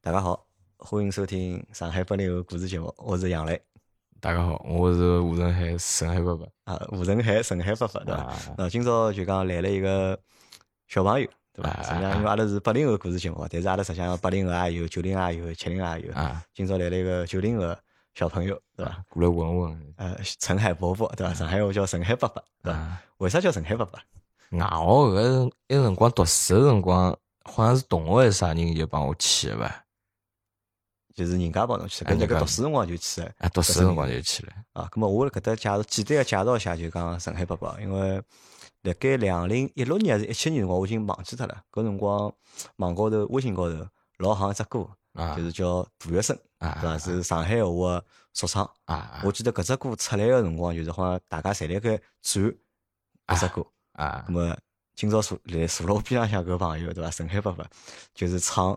大家好，欢迎收听《上海八零后故事节目》，我是杨磊大家好，我是吴仁海，沈海伯伯。啊，吴成海，上海发发对伐？啊，那今朝就讲来了一个小朋友，对伐？啊实际上，因为阿拉是八零后故事节目，但是阿拉实际上八零后也有，九零后也有，七零后也有。啊，今朝来了一个九零后小朋友，对伐？过来问问呃，陈海伯伯，对伐？上海话叫陈海伯伯，对伐？啊，为啥叫陈海伯伯？外号搿辰那辰光读书的辰光，好像是同学还是啥人就帮我起的吧？就是人家帮侬去的，哎跟那人个家读书辰光就去的啊，读书的辰光就起了。啊。咁么我辣搿搭介绍简单个介绍一下，就讲上海伯伯，因为辣盖两零一六年还是一七年辰光，我已经忘记脱了。搿辰光网高头、微信高头老行一只歌，啊就是叫《大学生》，啊对伐？是上海话个说唱。啊啊我记得搿只歌出来个辰光，就是好像大家侪辣盖转搿只歌。啊咁么今朝坐来坐了我边浪向搿个朋友，对伐？上海伯伯就是唱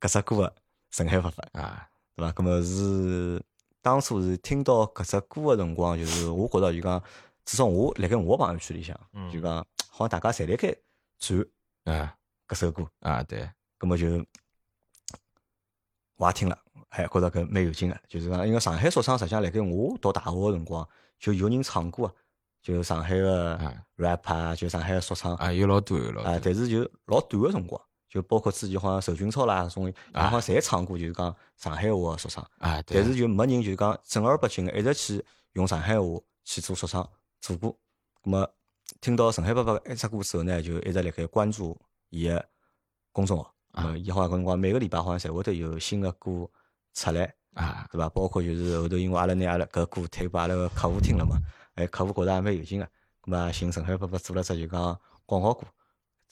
搿只歌个上海伯伯。啊对伐？咁么是当初是听到搿只歌个辰光，就是我觉着就讲，至少我辣盖我朋友圈里向，嗯就讲好像大家侪辣盖转啊搿首歌，啊！对，咁么就我也听了，哎，觉着搿蛮有劲个，就是讲，因为上海说唱实际上辣盖我读大学个辰光，就有人唱过啊，就上海个啊 rap 啊，就上海个说唱啊，有老多有老啊，多但是就老短个辰光。就包括之前好像仇俊超啦，搿种，啊好像侪唱过，就是讲上海话个说唱。啊，对但是就没人就是讲正儿八经的一直去用上海话去做说唱做歌。那么听到上海爸爸一只歌之后呢，就一直辣盖关注伊个公众号。那啊么伊好像搿辰光每个礼拜好像侪会得有新的歌出来，啊对伐？包括就是后头因为阿拉拿阿拉搿歌推拨阿拉个客户听了嘛，哎，客户觉着也蛮有劲个。那么寻上海爸爸做了只就讲广告歌，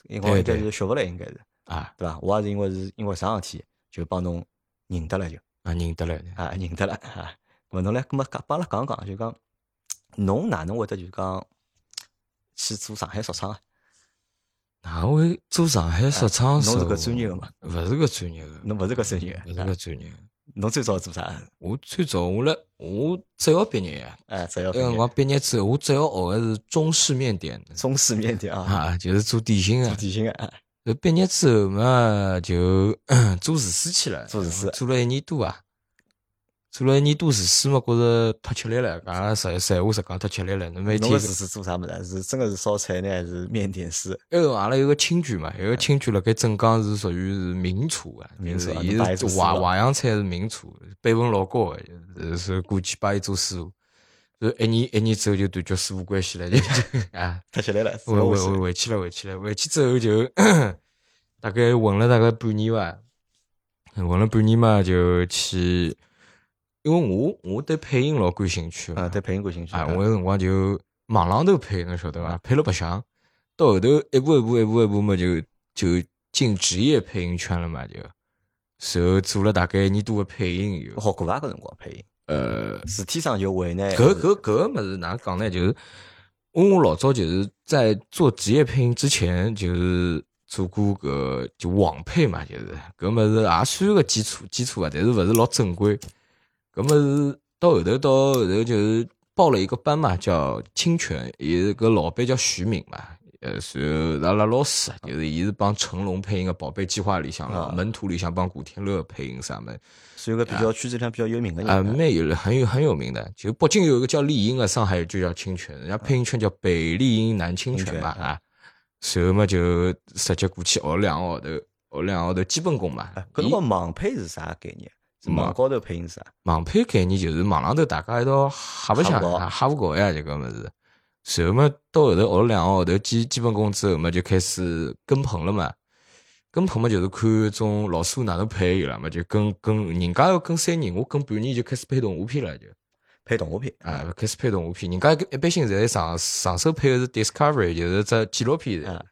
因为应该对是学勿来，应该是啊对伐？我也是因为是因为啥事体就帮侬认得了就。啊，认得了啊，认得了啊。咁侬来，咁么讲，帮阿拉讲讲，就讲侬哪能会得就讲去做上海说唱啊？哪会啊做上海说唱侬手？是搿专业个嘛？勿是搿专业的，侬勿是搿专业勿是啊搿专业的。侬最早做啥？我最早我辣我职校毕业啊呀，哎，只要那辰光毕业之后，我主要学的是中式面点中式面点啊，啊，就是做点心做啊。点心啊，后毕业之后嘛，就 做厨师去了，做厨师做了一年多啊。做了一年多厨师嘛，觉着太吃力了，讲实闲话实讲太吃力了。侬每侬天个是是做啥物事？是真个是烧菜呢，还是面点师？哎呦，阿拉有个亲眷嘛，有个亲眷辣盖镇江是属于是名厨啊，名厨啊就是侬摆一伊桌是师淮傅淮扬菜是名厨，辈分老高的，就是过去帮伊做师傅。所以一年一年之后就断绝师傅关系了，就 就啊，太吃力了，是回勿回是回回去了，回去了，回去之后就大概混了大概半年吧，混了半年嘛就去，因为我我对配音老感兴趣啊，嘛对配音感兴趣啊，我有辰光就网浪头配，侬晓得伐？配了白相，到后头一步一步一步一步嘛就就进职业配音圈了嘛就，然后做了大概一年多的配音有，学过伐？啊搿辰光配音，呃，是天生就会呢？搿搿搿个物事哪能讲呢？就是因为我老早就是在做职业配音之前，就是做过搿就网配嘛，就是搿物事也算个基础基础啊，但是勿是老正规。搿物事到后头到后头就是报了一个班嘛，叫清泉，也是搿老板叫徐敏嘛。呃，随后阿拉老师啊就是伊是帮成龙配音个《宝贝计划》里向了，啊门徒里向帮古天乐配音啥么子，算个比较圈子里向比较有名个人啊，啊。蛮有很有很有名的。就北京有一个叫丽英的，上海就叫清泉，人家配音圈叫北丽英南清泉嘛啊。随后嘛就直接过去学两个号头，学两个号头基本功嘛。啊搿辰光网配是啥概念？是网网高头配音是啥？网配概念就是网浪头大家一道瞎白相瞎搞啊，瞎胡搞呀，这个么子。随后嘛，到后头学了两个号头基基本功之后嘛，就开始跟棚了嘛。跟棚嘛，就是看种老师傅哪能配伊拉嘛，就跟跟人家要跟三年，我跟半年就开始配动画片了就。配动画片啊，开始拍动画片，人家一般性侪上上手拍的是 Discovery，就是只纪录片啊的。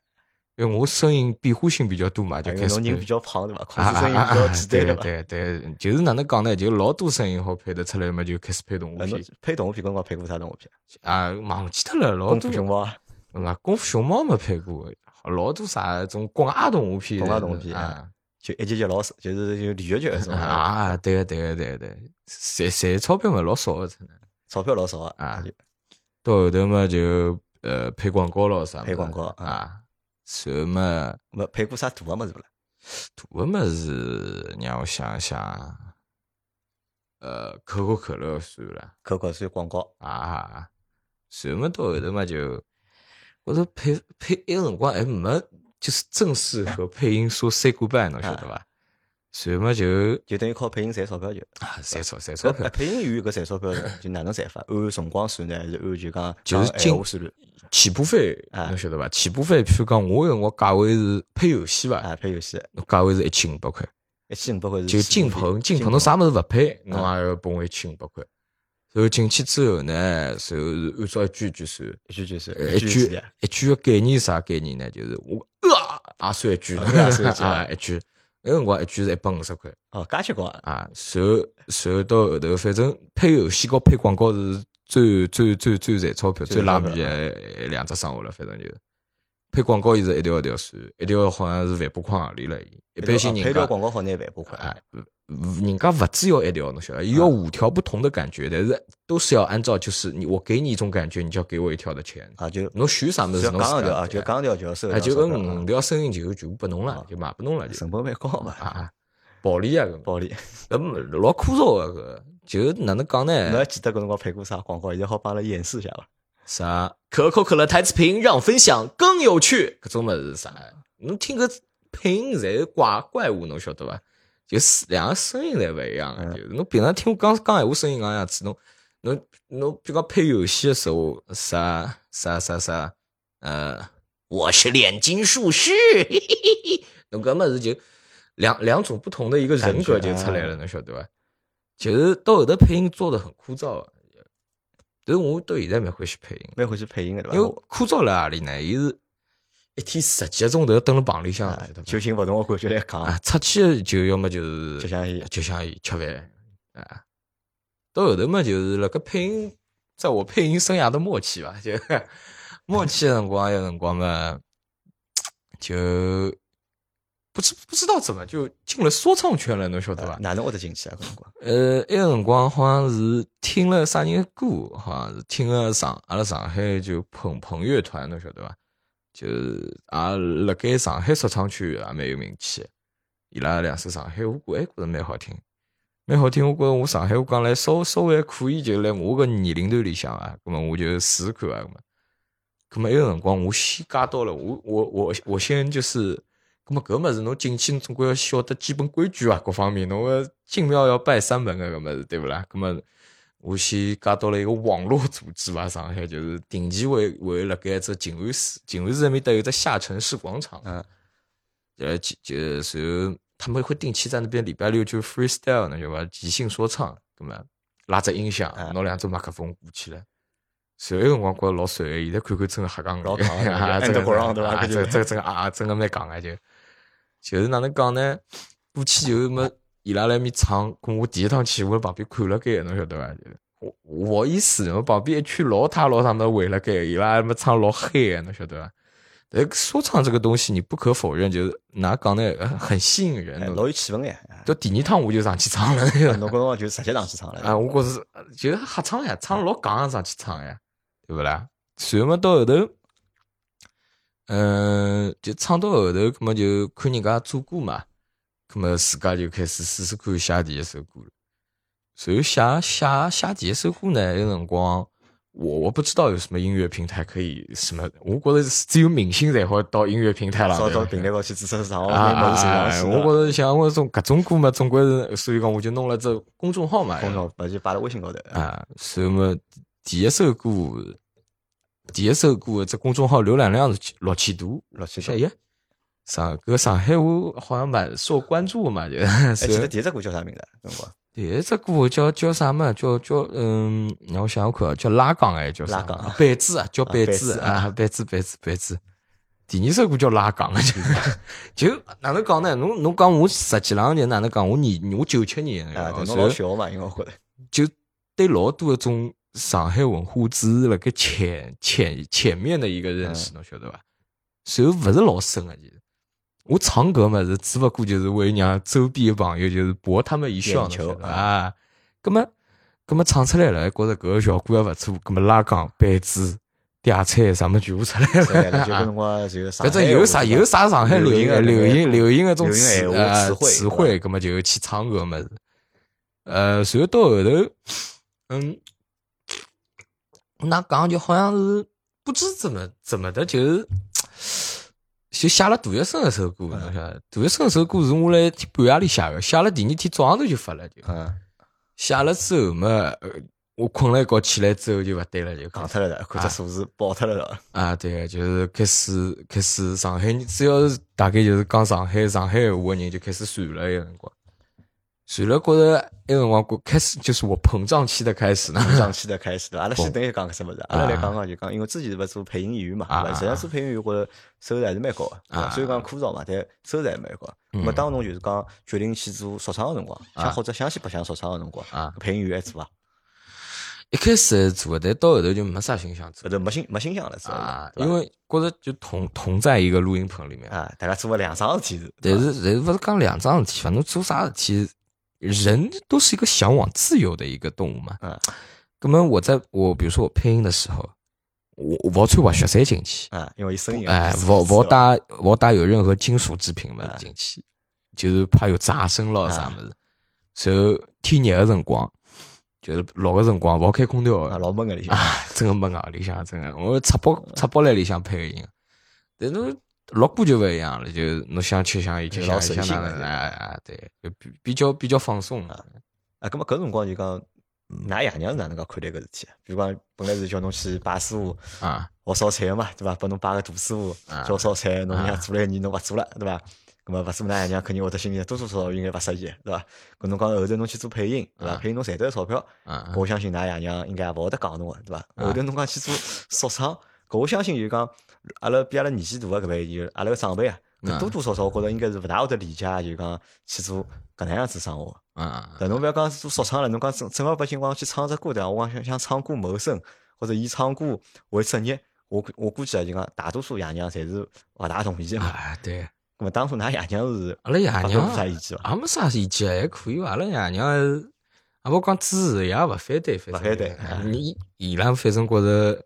因为我声音变化性比较多嘛，啊就因为开始侬人拍比较胖对伐？控 啊制啊声音比啊较啊！简单对对伐？对对，就是哪能讲呢？就是老多声音好拍得出来嘛，就开始拍动画啊，侬片配动画片，辰光配过啥动画片？啊，忘记脱了，老功夫多熊猫啊，啊，功夫熊猫没拍过，老多啥种国外动画片，国外动画片啊。就一集集老师，就是就连续剧那种啊，啊，对个对个对个对个，赚赚钞票嘛老少个，真的。钞票老少啊，啊到后头嘛就呃配广告咯啥么配的广告啊啊，然后嘛没配过啥大的么子不啦？大个么子让我想一想啊，呃，可口可乐算了可口算广告，啊，然后么到后头嘛就，我说配配那个辰光还没就是正式和配音说 say goodbye 侬晓得伐？然后么就就等于靠配音赚钞票就。啊，赚钞赚钞搿票配。配音员搿赚钞票就哪能赚法？按辰光算呢，还是按就讲就是讲进闲话算率起步费，啊侬晓得伐？起步费，譬如讲，我有辰光价位是配游戏伐，啊？配游戏价位是一千五百块，一千五百块是就起步进费棚，进棚侬啥物事勿配，嗯侬也要拨我一千五百块。然后进去之后呢，然后是按照一句一句算，一句就是呃一句句一句个概念是啥概念呢？就是我啊也算一句，啊也算一句啊一句，那辰光一句是一百五十块哦，介结棍啊！啊。然后然后到后头，反正配游戏和配广告是最最最最赚钞票、最最拉赚钞米票的两只生活了，反正就是。配广告伊是一条一条算，一条好像是万把块行钿了。一般性啊人配家条广告好拿万把块哎，嗯人家不只要一条，侬晓得，啊要五条不同的感觉，但是都是要按照就是你我给你一种感觉，你就要给我一条的钱。啊，就侬选啥么只子要侬讲一自条家啊，就决定，讲一条就要收一哎，就张钞票搿五条声音就全部拨侬了啊，就卖拨侬了，啊就成本蛮高嘛，啊，暴利啊搿暴利。搿么老枯燥个搿，就哪能讲侬还呢？记得搿辰光配过啥广告？现在好帮阿拉演示一下伐？啥可口可乐台词屏让分享更有趣，搿种物事是啥？侬听搿配音侪是怪怪物，侬晓得伐？就是两个声音侪勿一样，嗯就是侬平常听我讲讲闲话声音搿样子，侬侬侬比如讲配游戏的时候，啥啥啥啥，呃，我是炼金术师，嘿嘿嘿嘿， 侬搿物事就两两种不同的一个人格就出来了，侬晓得伐？就是到后头配音做的很枯燥，啊但是我到现在蛮欢喜配音的。蛮欢喜配音个对伐因为？枯燥辣何里呢？伊是一天十几个钟头蹲辣棚里向啊，晓得伐就寻勿同个感觉来讲，啊，出去就要么就是就像啊伊就像伊吃饭啊，到后头嘛就是辣盖配音，在我配音生涯的末期吧，就 末期的辰光，有辰光嘛，就不知不知道怎么就进了说唱圈了，侬晓得啊伐？哪能会得进去啊？搿辰光呃，那个辰光好像是听了啥人的歌，好像是听了上阿拉上海就朋朋乐团，侬晓得伐？就是也辣盖上海说唱圈也蛮有名气的，伊拉两首上海话歌还哎觉着蛮好听，蛮好听。我觉着我上海话讲来稍稍微还可以，就来我搿年龄段里向啊，葛末我就试试看啊，葛末。葛末那个辰光我先加到了，我我我我先就是。咁么搿物事侬进去侬总归要晓得基本规矩啊，各方面侬个进庙要拜三门个搿物事对勿啦？咁么我先加到了一个网络组织伐，上海就是定期会会辣盖只静安寺，静安寺埃面搭有只下沉式广场，嗯，呃，就就随后他们会定期在那边礼拜六就 freestyle 呢，就吧，即兴说唱，咁么拉只音响，啊拿两只麦克风鼓起来。随后辰光觉着老帅个，现在看看真个瞎讲个，老戆个啊 就真个 underground 对伐啊搿就真真真个啊，真个蛮戆个就，就是哪能讲呢？过去就是么伊拉来面唱，跟我第一趟去，我辣旁边看了该，侬晓得伐？就是我我好意思，我旁边一群老太老太么围了该，伊拉么唱老嗨个，侬晓得伐？但说唱这个东西，你不可否认，就是哪讲呢，呃很吸引人哎。侬老有气氛 哎。啊到第二趟我就上去唱了，啊侬搿辰光就直接上去唱啊，了，我觉着是就是瞎唱呀，唱老戆上去唱呀，对不啦？然后嘛，到后头，嗯，就唱到后头，葛么就看人家做歌嘛，葛么自家就开始试试看写第一首歌了。然后写写写第一首歌呢，有辰光我我不知道有什么音乐平台可以什么，我觉着只有明星才会到音乐平台上找对到吧平台高去注册上，我啊哦没事啊！啊情我觉着像我这种搿种歌嘛，总归是，所以讲我就弄了只公众号嘛，公众哎把就摆辣微信高头，啊，所以么第一首歌，第一首歌这公众号浏览量是七六千多，六七下多。一上搿上海话好像蛮受关注嘛，就还哎记得 是第一只歌叫啥名字啊？搿辰光第一只歌叫叫啥嘛？叫叫嗯，让我想想看啊，叫拉杠哎，叫啥拉杠啊板子啊，叫啊板板子子啊，板子板子板子。第二首歌叫拉杠， 就就哪能讲呢？侬侬讲我十几两年哪能讲？我年哎我九七年，啊，然后对侬老小嘛，因为我 觉得就对老多一种上海文化只是辣盖浅浅浅面的一个认识，侬晓得伐？然后勿是老深啊个，其实我唱搿物事，只勿过就是为让周边的朋友就是博他们一笑，眼球侬晓得伐啊。葛么，葛么唱出来了，觉着搿个效果还勿错，葛么拉杠、板子、嗲菜啥么全部出出来来了，就搿了辰。光就上 反正海有话啥是有吧啥上海流流行的那行流个行流行搿种流行词闲话呃词汇词对汇，吧葛么就去唱搿物事。呃，随后到后头，嗯，那讲就好像是不知怎么怎么的，就是就写了大学生那首歌，侬嗯晓得？大学生那首歌是我来半夜里写的，写了第二天早上头就发了，就嗯，写了之后嘛，呃我困了一觉起来之后就勿对了，就戆脱了的，看啊只数字爆脱了的，啊，对，就是开始开始上海人，只要是大概就是讲上海上海话的人就开始传了，有辰光，传了，觉着那辰光觉开始就是我膨胀期的开始呢。膨胀期的开始了。阿拉先等于讲搿什么事，阿拉来讲讲就讲，因为之前勿是做配音演员嘛，啊对伐？实际上做配音员，我觉着收入还是蛮高的，对伐啊嗯虽然讲枯燥嘛，但收入还是蛮高的。那么当侬就是讲决定去做说唱的辰光，想或者想去白相说唱的辰光，啊，配音员还做伐？一开始还做，但到后头就没啥心想做后头没心没心想了，是啊吧，对因伐为觉着就同同在一个录音棚里面，啊，大家做了两桩事体是，但是但是不是讲两桩事体，反正做啥事体，人都是一个向往自由的一个动物嘛。嗯那么我在我比如说我配音的时候，我我不要穿滑雪衫进去。啊，因为伊声音哎，勿勿，带勿带有任何金属制品哎么进去，就是怕有炸声咯啥么子。然后天热个辰光，就是落个辰光勿好开空调啊，哎的，老闷个里向啊，真个闷啊！里向真个，我赤膊赤膊来里向配个音，但侬落歌就勿一样了，就是侬想吃香烟就老想随想性哪了能就哎哎对，就比比较比较放松了。啊，咁么搿辰光就讲，嗯㑚爷娘是哪能介看待搿事体啊？比如讲，本来是叫侬去拜师傅啊。学烧菜个嘛，对伐？拨侬拜个大师傅啊教烧菜，侬娘做了一年，侬勿做了，对伐？咁么勿做，㑚爷娘肯定会得心里多多少少应该勿适意，对伐？搿侬讲后头侬去做配音，对伐？啊配音侬赚得钞票，啊搿我相信㑚爷娘应该也勿会得讲侬个，对伐？后头侬讲去做说唱，搿我相信就讲，阿拉比阿拉年纪大个搿辈，就阿拉个长辈啊，搿啊多多少少我觉着应该是勿大会得理解，就讲去做搿能样子生活。啊对，侬勿要讲做说唱了，侬讲正正儿八经光去唱只歌对伐？我讲想想唱歌谋生，或者以唱歌为职业，我估我估计啊，就讲大多数爷娘侪是勿大同意的嘛。啊！对，咁么当初㑚爷娘啊是阿拉爷发表娘啊过啥意见伐？也啊没啥意见，还可以吧。阿拉爷娘还是，也勿讲支持，也勿反对，反正哎勿反对啊你伊拉反正觉着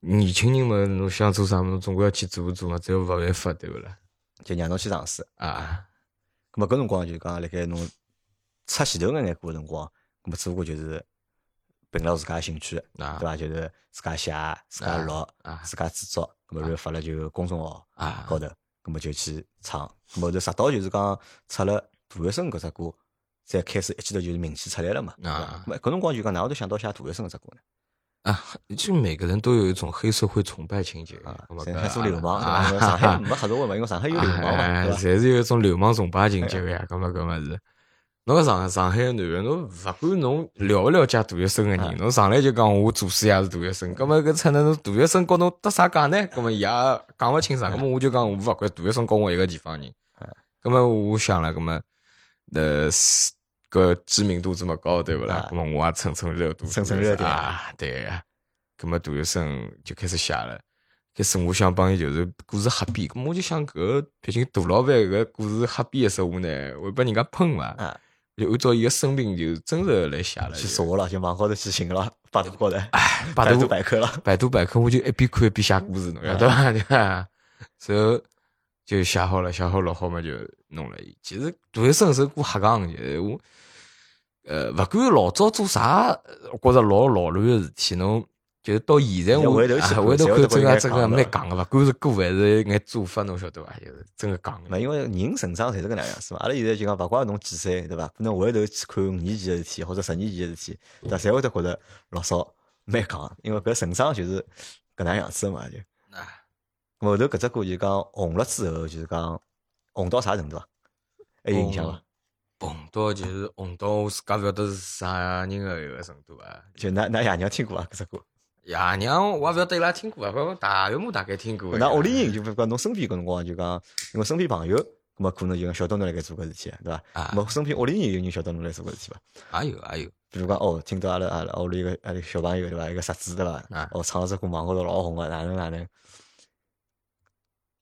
年轻人嘛，侬想做啥么，侬总归要去做做嘛，只要勿犯法对勿啦？就让侬去尝试。啊，咁么搿辰光就讲辣盖侬出前头搿眼歌个辰光，咁么只不过就是凭牢自家兴趣，啊对伐？就是自家写、自家录啊、自家制作，咁么然后发了就公众号。啊高头，咁么就去唱，咁么后头直到就是讲出了大学生搿只歌，才开始一记头就是名气出来了嘛。对伐啊咁么搿辰光就讲，哪会得想到写大学生搿只歌呢？啊！就每个人都有一种黑社会崇拜情节啊，嗯我上觉海得做流氓，啊对伐因为上海没黑社会嘛，因为上海有流氓嘛， 哎对伐？侪是有一种流氓崇拜情节个呀，搿么搿么是。侬要上上海个男人，侬勿管侬了勿了解大学生个哎人，侬上来就讲我祖师爷是大学生，搿么搿出来侬大学生跟侬搭啥讲呢？搿么伊也讲勿清爽，搿么我就讲我勿管大学生跟我一个地方人哎，搿么我想了，搿么呃是搿知名度这么高，对勿啦啊？搿么我也蹭蹭热度，蹭蹭热点啊，对呀。搿么大学生就开始写了。开始我想帮伊就是故事瞎编，咁我就想搿个毕竟大老板搿故事瞎编一说话呢，会被人家喷嘛啊，就按照伊个生平就真实来写了。去就搜了，就网高头去寻了，百度高头，啊百度百科了。百度百科，我就一边看一边写故事，侬晓嗯得伐？ 对伐？然后就写好了，写好了好嘛就弄了伊。其实大学生首歌瞎讲，就是我呃，勿管老早做啥，我觉着老老卵个事体，侬就是到现在我现在回头去看啊回头侪会看得觉真得个蛮真戆个的蛮戆个，勿管是歌还是眼做法，侬晓得伐？就是真个戆的。嘛，因为人成长侪是搿能样子嘛。阿拉现在就讲，勿怪侬几岁，对伐？可能回头去看五年前个事体，或者十年前个事体，对伐？侪会得觉着老早蛮戆，因为搿成长就是搿能样子的嘛，就。啊后头搿只歌就讲红了之后，就是讲红到啥程度啊？还有印象伐？红到就是红到我自家勿晓得是啥人个一个程度啊！就㑚㑚爷娘听过伐？搿只歌？爷娘，我也勿晓得伊拉听过啊，反正大约我大概听过。㑚屋里人就勿讲侬身边搿辰光就讲，因为身边朋友，葛末可能就讲晓得侬辣盖做搿事体，对伐？啊葛末身边屋里人有人晓得侬辣做搿事体伐？也有也有比如讲哦，听到阿拉阿拉屋里一个阿拉小朋友对伐，一个侄子对伐啊，哦唱了只歌网高头老红个，哪能哪能，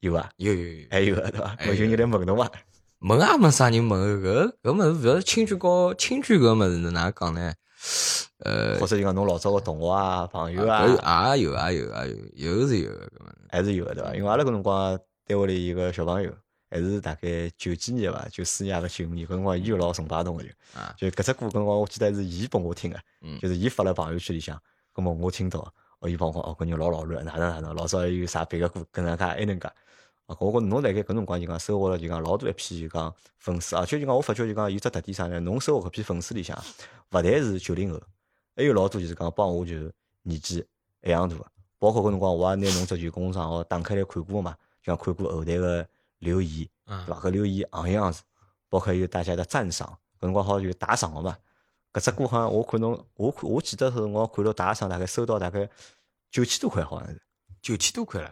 有伐？有有有，还有个对伐？ 哎搿有人来问侬伐？啊问也没啥人问搿搿物事，勿要青句高青句搿物事哪能讲呢？呃，或者就讲侬老早个同学啊、朋友啊，搿哎有也有也有，有是有个，搿么还是有个对伐？因为阿拉搿辰光单位里有个小朋友，还是大概九几年伐，九四年还是九五年，搿辰光伊就老崇拜侬个就，啊，就搿只歌搿辰光我记得是伊拨我听个嗯，就是伊发了朋友圈里向，葛末我听到，哦伊帮我讲哦搿人老老卵，哪能哪能，老早还有啥别个歌搿能介还能介。啊，我觉着侬辣盖搿辰光就讲收获了就讲老大一批就讲粉丝，而且就讲我发觉就讲有只特点啥呢？侬收获搿批粉丝里向，勿但是九零后，还有老多就是讲帮我就是年纪一样大的，包括搿辰光我也拿侬只员工账号打开来看过嘛，就像看过后台个留言，对伐？搿留言行样子，包括有大家的赞赏，搿辰光好像有打赏个嘛。搿只歌好像我看侬，我看我记得搿辰光看到打赏大概收到大概九千多块，好像是，九千多块了，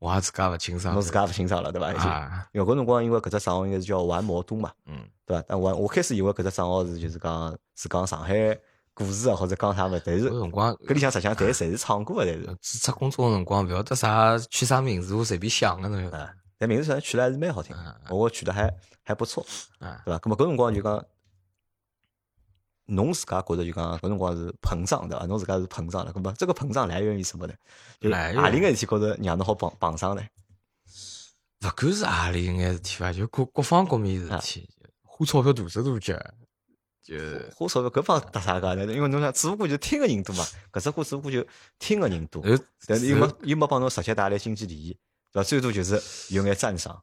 我也自家勿清爽侬自家也勿清爽了对伐？已经啊，因为搿辰光因为搿只账号应该是叫玩魔都嘛，嗯，对伐？但玩我开始以为搿只账号是就是讲是讲上海故事啊，或者讲啥物事，但是搿辰光搿里向实际上侪侪是唱歌个，侪是。注册工作个辰光，勿晓得啥取啥名字，我随便想个侬晓得啊，但名字上取得还是蛮好听啊，我觉得取得还还不错，啊，对伐？那么搿辰光就讲，侬自家觉得就讲搿辰光是膨胀对伐？侬自家是膨胀了，那么这个膨胀来源于什么呢？就来源何里个事体觉着让侬好绑绑上呢？勿管是何里一眼事体伐，就各各方各面事体，花钞票大手大脚，就花钞票搿帮搭啥个呢？因为侬想，只不过就听个人多嘛，搿只歌只不过就听个人多，呃但是又没又没帮侬直接带来经济利益，对伐？最多就是有眼赞赏，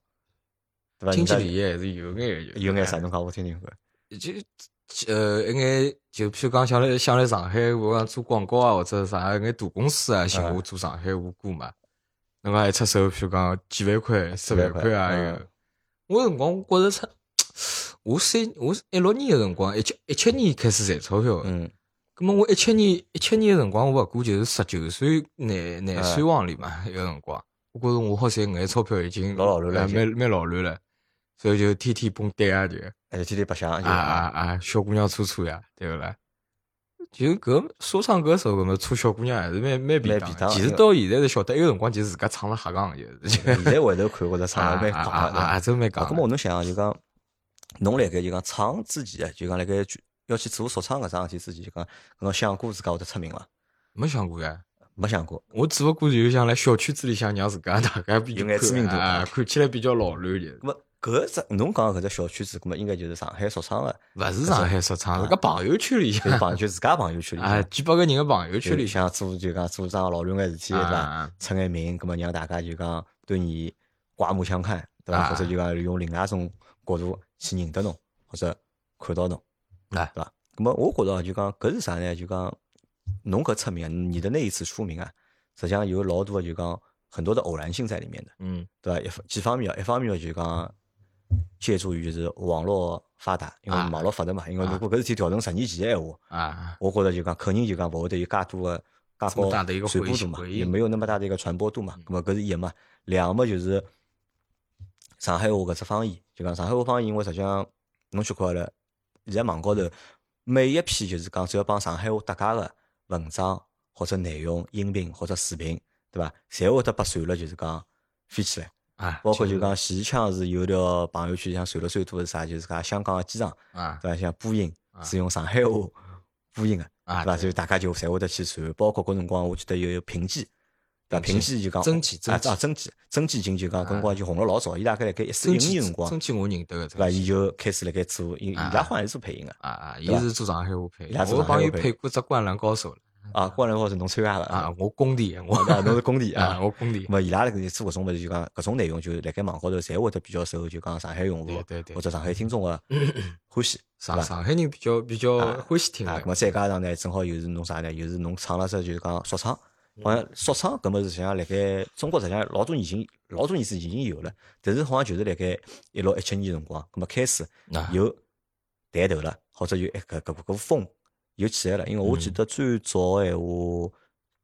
对伐？经济人家利益哎还是有眼有眼啥？侬讲我听听看。就呃，一眼就譬如讲，像来像来上海，我讲做广告啊，或者啥一眼大公司啊，寻我做上海话歌嘛。侬讲一出手，譬如讲几万块、十万块啊，嗯有。我有辰光我觉着出，我三我一六年个辰光，一七一七年开始赚钞票个。嗯咁么我一七年一七年个辰光，我勿过就是十九岁廿哎廿岁往里嘛，一个辰光，我觉着我好赚眼钞票已经老老卵了哎已蛮蛮老卵了，所以就天天蹦迪啊，就。还哎是天天白相，就啊啊啊！小姑娘搓搓呀，对不啦？就搿说唱歌手搿么搓小姑娘还是蛮蛮便蛮当便的。当其因实为到现在是晓得，埃个辰光就是自家唱了瞎讲，就是就哎现在 回头看，觉着唱得蛮啊戆啊的。啊，真蛮讲咁么侬想啊就讲，侬辣盖就讲唱之前，啊就讲辣盖去要去做说唱搿桩事体之前，就讲侬想过自家会得出名伐？没想过呀。没想过，我只不过就是想来小圈子里向让自家大概比有眼知名度啊，看起来比较老卵点。咁么搿只侬讲搿只小圈子，咁么应该就是上海说唱个，勿是上海说唱，是搿朋友圈里就向是朋友圈自家朋友 圈里啊，向，几百个人的朋友圈圈里里向向做就讲做桩老卵个事体，对伐？啊，出眼名，咁么让大家就讲对你刮目相看，对伐？啊或者就讲用另外一种角度去认得侬，或者看到侬，啊对伐？咁么我觉着啊就讲搿是啥呢？就讲侬搿出名啊，你的那一次出名啊，实际上有老多的就讲很多的偶然性在里面的，嗯对伐？一方几方面啊，一方面啊就讲借助于就是网络发达，因为啊网络发达嘛，因为啊如果搿事体调成十年前的闲话，啊，我觉得就讲肯定就讲勿会得有介多个介这么大的一个高传播回度嘛，回也应嗯没有那么大的一个传播度嘛。咁么搿是一嘛，两嘛就是上海话搿只方言，就讲上海话方言，因为实际上侬去看阿拉现在网高头每一篇就是讲只要帮上海话搭界个文章或者内容、音频或者视频，对伐？侪会得被传了，就是讲飞起来。啊，包括就讲前一腔是有条朋友圈里向传了最多的是啥，就是讲香港个机场，啊对伐？像播音啊是用上海话播音个。啊，对伐？所以大家就侪会得去传，包括搿辰光我记得有评级，对伐？评评级级就讲征集征啊集啊曾记曾记金就讲搿啊辰光就红了老早，伊大概辣盖一四一真五气年辰光，真气我认得个，对伐？伊就开始辣盖做，伊伊啊拉好像是做配音个啊啊，伊对吧是做上海话配伊拉，做我上海帮话伊配配过只《灌篮高手》了啊，关了或者侬参加个 啊，，我工地，我啊侬是工地啊，啊。我工地咾，么伊拉辣盖做搿种物事，就讲搿种内容就辣盖网高头侪会得比较受，就讲上海用户对对对或者上海听众个 欢喜。上吧上海人比较比较啊欢喜听啊，的咁么再加上呢，正好又是侬啥呢？又是侬唱了只就是讲说唱，嗯好像说唱搿么是实际上辣盖中国实际上老早已经老早以前已经有了，但是好像就是辣盖一六一七年辰光，咁么开始啊，有抬头了，或者有一个搿搿风有起来了。因为我记嗯得最早个闲话，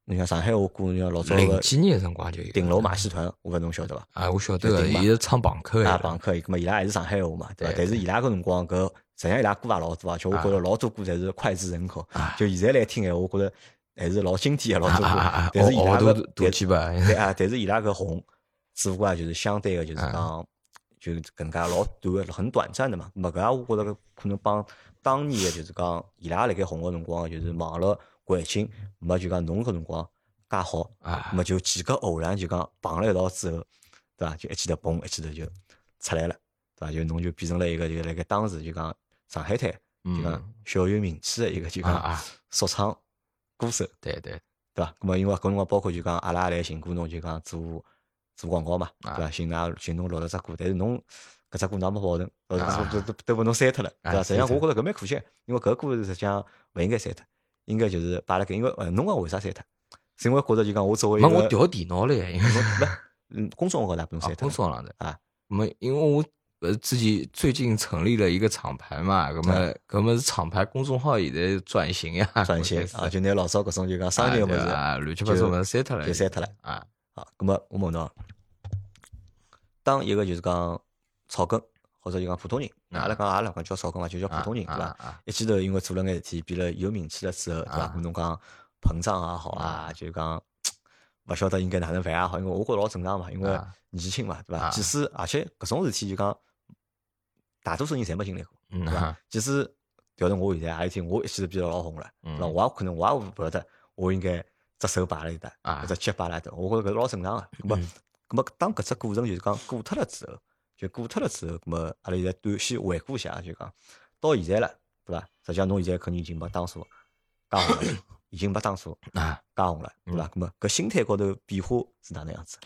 侬像上海话歌，侬像老早零个几年的辰光就有顶楼马戏团，我勿晓得侬晓得伐？啊，我晓得个，顶嘛伊是唱朋克啊，的，朋克，咁么伊拉还是上海话嘛，对伐？对但是伊拉搿辰光搿实际上伊拉歌也老多啊，就我觉着老多歌侪是脍炙人口啊。就现在来听闲话，觉着还是老经典个老啊多啊歌啊，，但是伊拉都个大几吧，对啊，但是伊拉搿红，只不过啊就是相对个就是啊讲，就是搿能介老短的、很短暂的嘛。啊咹搿也我觉着可能帮当年的就是讲伊拉辣盖红个辰光，就是网络环境没就讲侬搿辰光介好，啊，么就几个偶然就讲碰了一道之后，对伐？就一记头嘣，一记头就出来了，对伐？就侬就变成了一个就辣盖当时就讲上海滩就讲嗯，小有名气的一个就啊讲啊，说唱歌手，对对，对伐？那么因为搿辰光包括就讲阿拉也来寻过侬就讲做做广告嘛，对啊伐？寻㑚寻侬录了只歌，但是侬搿只歌㑚没保存，呃啊都都都被侬删脱了，对啊伐？实际上删我脱觉着搿蛮可惜，因为搿歌实际上勿应该删脱，应该就是摆辣搿，因为呃侬讲为啥删脱？是因为觉着就讲我作为一没我个调电脑了呀，因为侬不，嗯，公众号大不用啊删工脱。作上的啊，没，因为我呃自己最近成立了一个厂牌嘛，那么那么厂牌公众号现在转型呀，转型啊，就拿老早搿种就讲商业对物事啊，乱七八糟么删掉了，就删脱了啊，啊。咁么我问侬啊，当一个就是讲草根或者就讲普通人，啊阿拉讲阿拉勿讲叫草根嘛，就叫普啊通人对伐啊？啊一记头因为做了眼事体，变了有名气了之后，对伐啊？跟侬讲膨胀也好嗯啊，就讲勿晓得应该哪能办也好，因为我觉着老正常嘛，因为啊年纪轻嘛，对伐？啊即使而且搿种事体就讲大多数人侪没经历过。嗯对伐啊，？即使调到我现在，阿里天我一记头变得老红了，嗯对伐？我也可能我也勿晓得，我应该只手摆了一搭，啊嗯或者脚摆了一搭，我觉着搿老正常个。咁么，咁么当搿只过程就是讲过脱了之后，就过脱了之后，咁么阿拉现在短线回顾一下，就讲到现在了，对伐？实际上侬现在肯定已经没当初介红 了，已经没当初啊，介红了，对伐？咁么搿心态高头变化是哪能样子？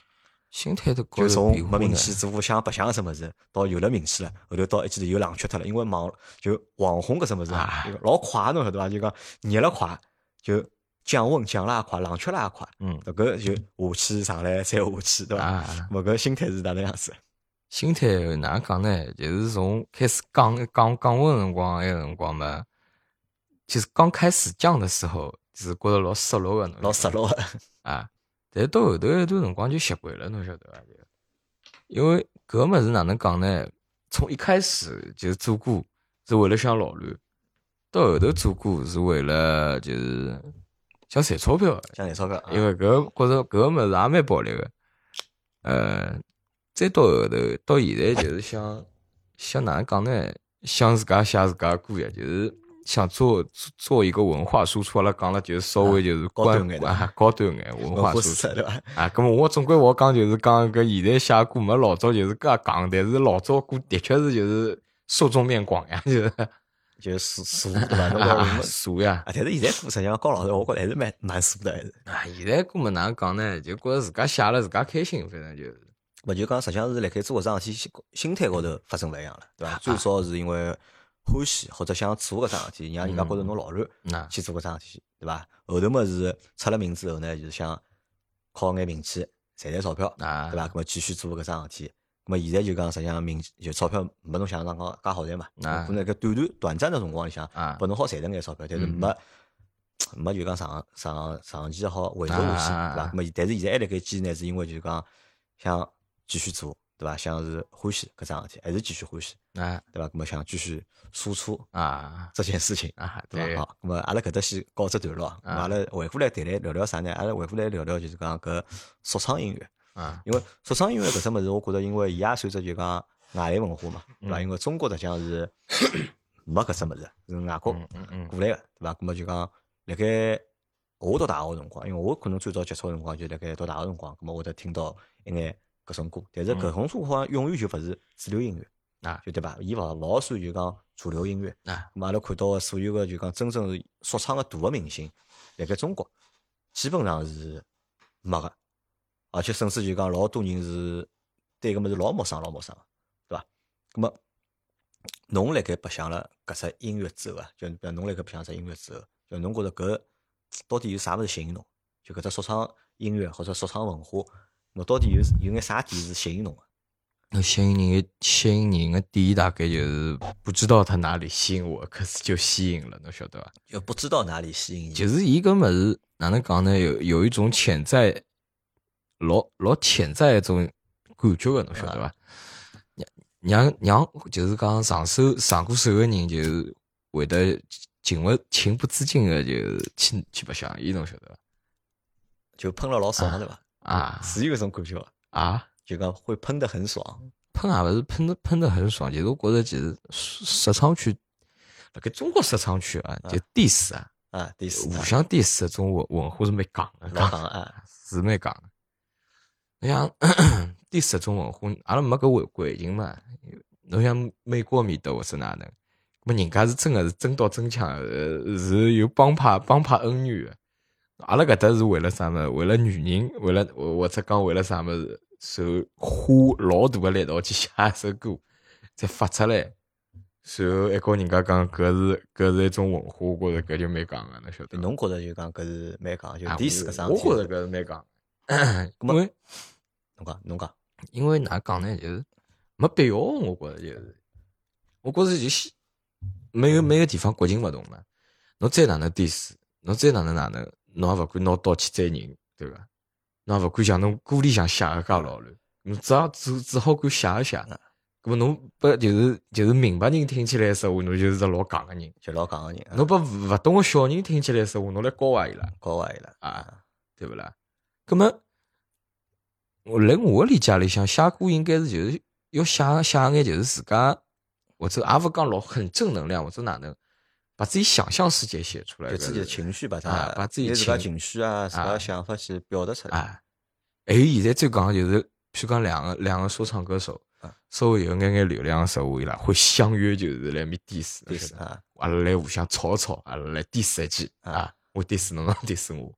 心态都就高从比没我名呢气做相白相个什么事，到有了名气了，后头到一记头又冷却脱了，因为网就网红搿什么事啊，啊就老快侬晓得伐？就讲热了快，就降温降了也快，冷却了也快，嗯迭个就下去上来再下去，对伐？啊。我搿心态是哪能样子？心态哪能讲呢？就是从开始降降降温的辰光，那个辰光嘛，就是刚开始降的时候，就是觉得老失落个，侬老失落的啊。但是到后头一段辰光就习惯了，侬晓得伐？就因为搿物事哪能讲呢？从一开始就是做歌是为了想老卵，到后头做歌是为了就是想赚钞票的。像你说个，啊因为搿觉着搿物事也蛮暴力个。呃，再到后头到现在就是想想哪能讲呢？想自家写自家歌呀，就是想做做做一个文化输出。阿拉讲了就是稍微就是高关端眼的啊高端眼文化输不出是对伐？啊。咁么我总归我讲就是讲搿现在写歌没老早就是搿讲，但是老早歌的确是就是受众面广呀， 就是就是俗俗对伐？侬讲我啊们傻呀啊，。但是现在歌实际上高老师，我觉着还是蛮蛮俗的，还是。啊，现在歌么哪能讲呢？就觉着自家写了自家开心，反正就是。勿就讲，实际上是辣盖做搿桩事体心心态高头发生勿一样了，啊对伐？最少是因为欢喜或者想做搿桩事体，让人家觉着侬老卵那去做搿桩事体，对伐？后头么是出了名之后呢，就是想靠眼名气赚点钞票，啊，对伐？？咁么继续做搿桩事体。咁么现在就讲，实际上名气就钞票没侬想象当介好赚嘛，啊可能搿短短短暂的辰光里向，啊拨侬好赚到眼钞票，但是嗯没没就讲长长长期好维持下去，啊对伐？咁么但是现在还辣盖坚持呢，是因为就是讲想继续做，对伐？想是欢喜搿桩事体，还是继续欢喜，啊对伐？咁么想继续输出啊这件事情。啊，对对伐？好，咁么阿拉搿搭先告一只段落啊，咁么啊阿拉回过来谈谈聊聊啥呢？阿拉回过来聊聊就是讲搿说唱音乐，啊，因为说唱音乐搿只物事，我觉着因为伊也算只就讲外来文化嘛，对嗯伐？因为中国实际上是 没搿只物事，是外国嗯嗯嗯过来个，对伐？咁么就讲辣盖我读大学个辰光，因为我可能最早接触个辰光就辣盖读大学辰光，咁么我得听到一眼搿种歌，但是搿种歌好像永远就勿是主流音乐。嗯啊就对伐？伊勿勿好算就讲主流音乐。啊咁嘛阿拉看到个所有个就讲真正是说唱个大个明星，辣盖中国基本上是没个，而且甚至就讲老多人是对搿物事老陌生老陌生个，对伐？咁么侬辣盖白相了搿只音乐之后啊，就比如侬辣盖白相只音乐之后，就侬觉着搿到底有啥物事吸引侬？就搿只说唱音乐或者说唱文化，咾到底有有眼啥点是吸引侬啊个？那吸引人的吸引人的点大概就是不知道他哪里吸引我，可是就吸引了，侬晓得伐？就不知道哪里吸引你就是伊搿物事哪能讲呢？有有一种潜在老老潜在一种感觉个，侬晓得伐？让让让，就是讲上手上过手个人，就是会得情勿情不自禁个，就是去去白相伊，侬晓得伐？就喷了老爽，对伐？啊是有搿种感觉的，啊！就讲会喷得很爽，喷也勿是喷的喷的很爽，其实我觉着其实说说唱圈，辣盖中国说唱圈啊，就 diss 啊，啊，第四互相 diss 这种文文化是蛮戆老的，讲讲啊，是蛮戆的。你 像 diss 这种文化，阿拉没搿环环境嘛，侬像美国面搭或者哪能，么人家是真个是真刀真枪，呃，是有帮派帮派恩怨的。阿拉搿搭是为了啥物事？为了女人，为了或或者讲为了啥物事，受花老大个力道去写一首歌，再发出来，然后还告人家讲搿是搿是一种文化，我觉着搿就蛮戆个，侬晓得伐？侬觉着就讲搿是蛮讲，就啊第四搿桩我事我觉体，着搿是 咾蛮戆。么因为侬讲侬讲，因为哪讲呢，就是没必要，我觉着就是，我觉着就是每个每个地方国情勿同嘛，侬再哪能 diss，侬再哪能哪能，侬也勿敢拿刀去宰人，对伐？侬也勿敢像侬歌里向写个介老乱，侬只好只只好敢写一写。啊搿么侬拨就是就是明白人听起来说话，侬就是只老戆个人；就老讲个人啊，侬拨勿勿懂个小人听起来说话，侬来教坏伊拉。教坏伊拉啊，对不啦？咁么，我来我的理解里向，写歌应该是就是要写写眼就是自家，或者也勿讲老很正能量，或者哪能，把自己想象世界写出来，就自己的搿是情绪把它啊，把自己拿自家情情绪啊，自家啊想法去表达出来，啊。还有现在最讲的就是，譬如讲两个两个说唱歌手啊，稍微有眼眼流量的时候，伊拉会相约就是来面 diss，第侬四晓得伐啊，阿拉来互相吵一吵，阿拉来 diss 一记啊啊，我 diss 侬，侬 diss 我。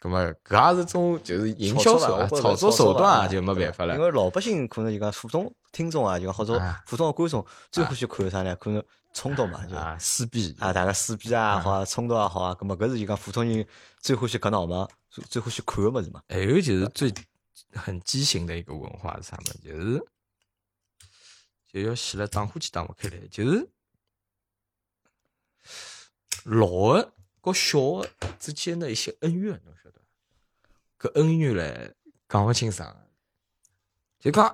咁么，搿也是种就是营销手啊段、或者炒作手段啊，对就吧没办法因了。为老百姓可能就讲普通听众啊，就讲或者啊普通的观众最欢喜看啥呢？可能冲突 嘛，就啊，撕逼啊，大家撕逼啊，好啊，冲突啊，好啊，咁么搿是就讲普通人最欢喜搿脑嘛，最最欢喜看个物事嘛。还有哎就是最很畸形的一个文化是啥么？就是就要死了，打火机打勿开来，就是老的和小的之间的一些恩怨，侬晓得伐？搿恩怨嘞，讲勿清爽。啊就讲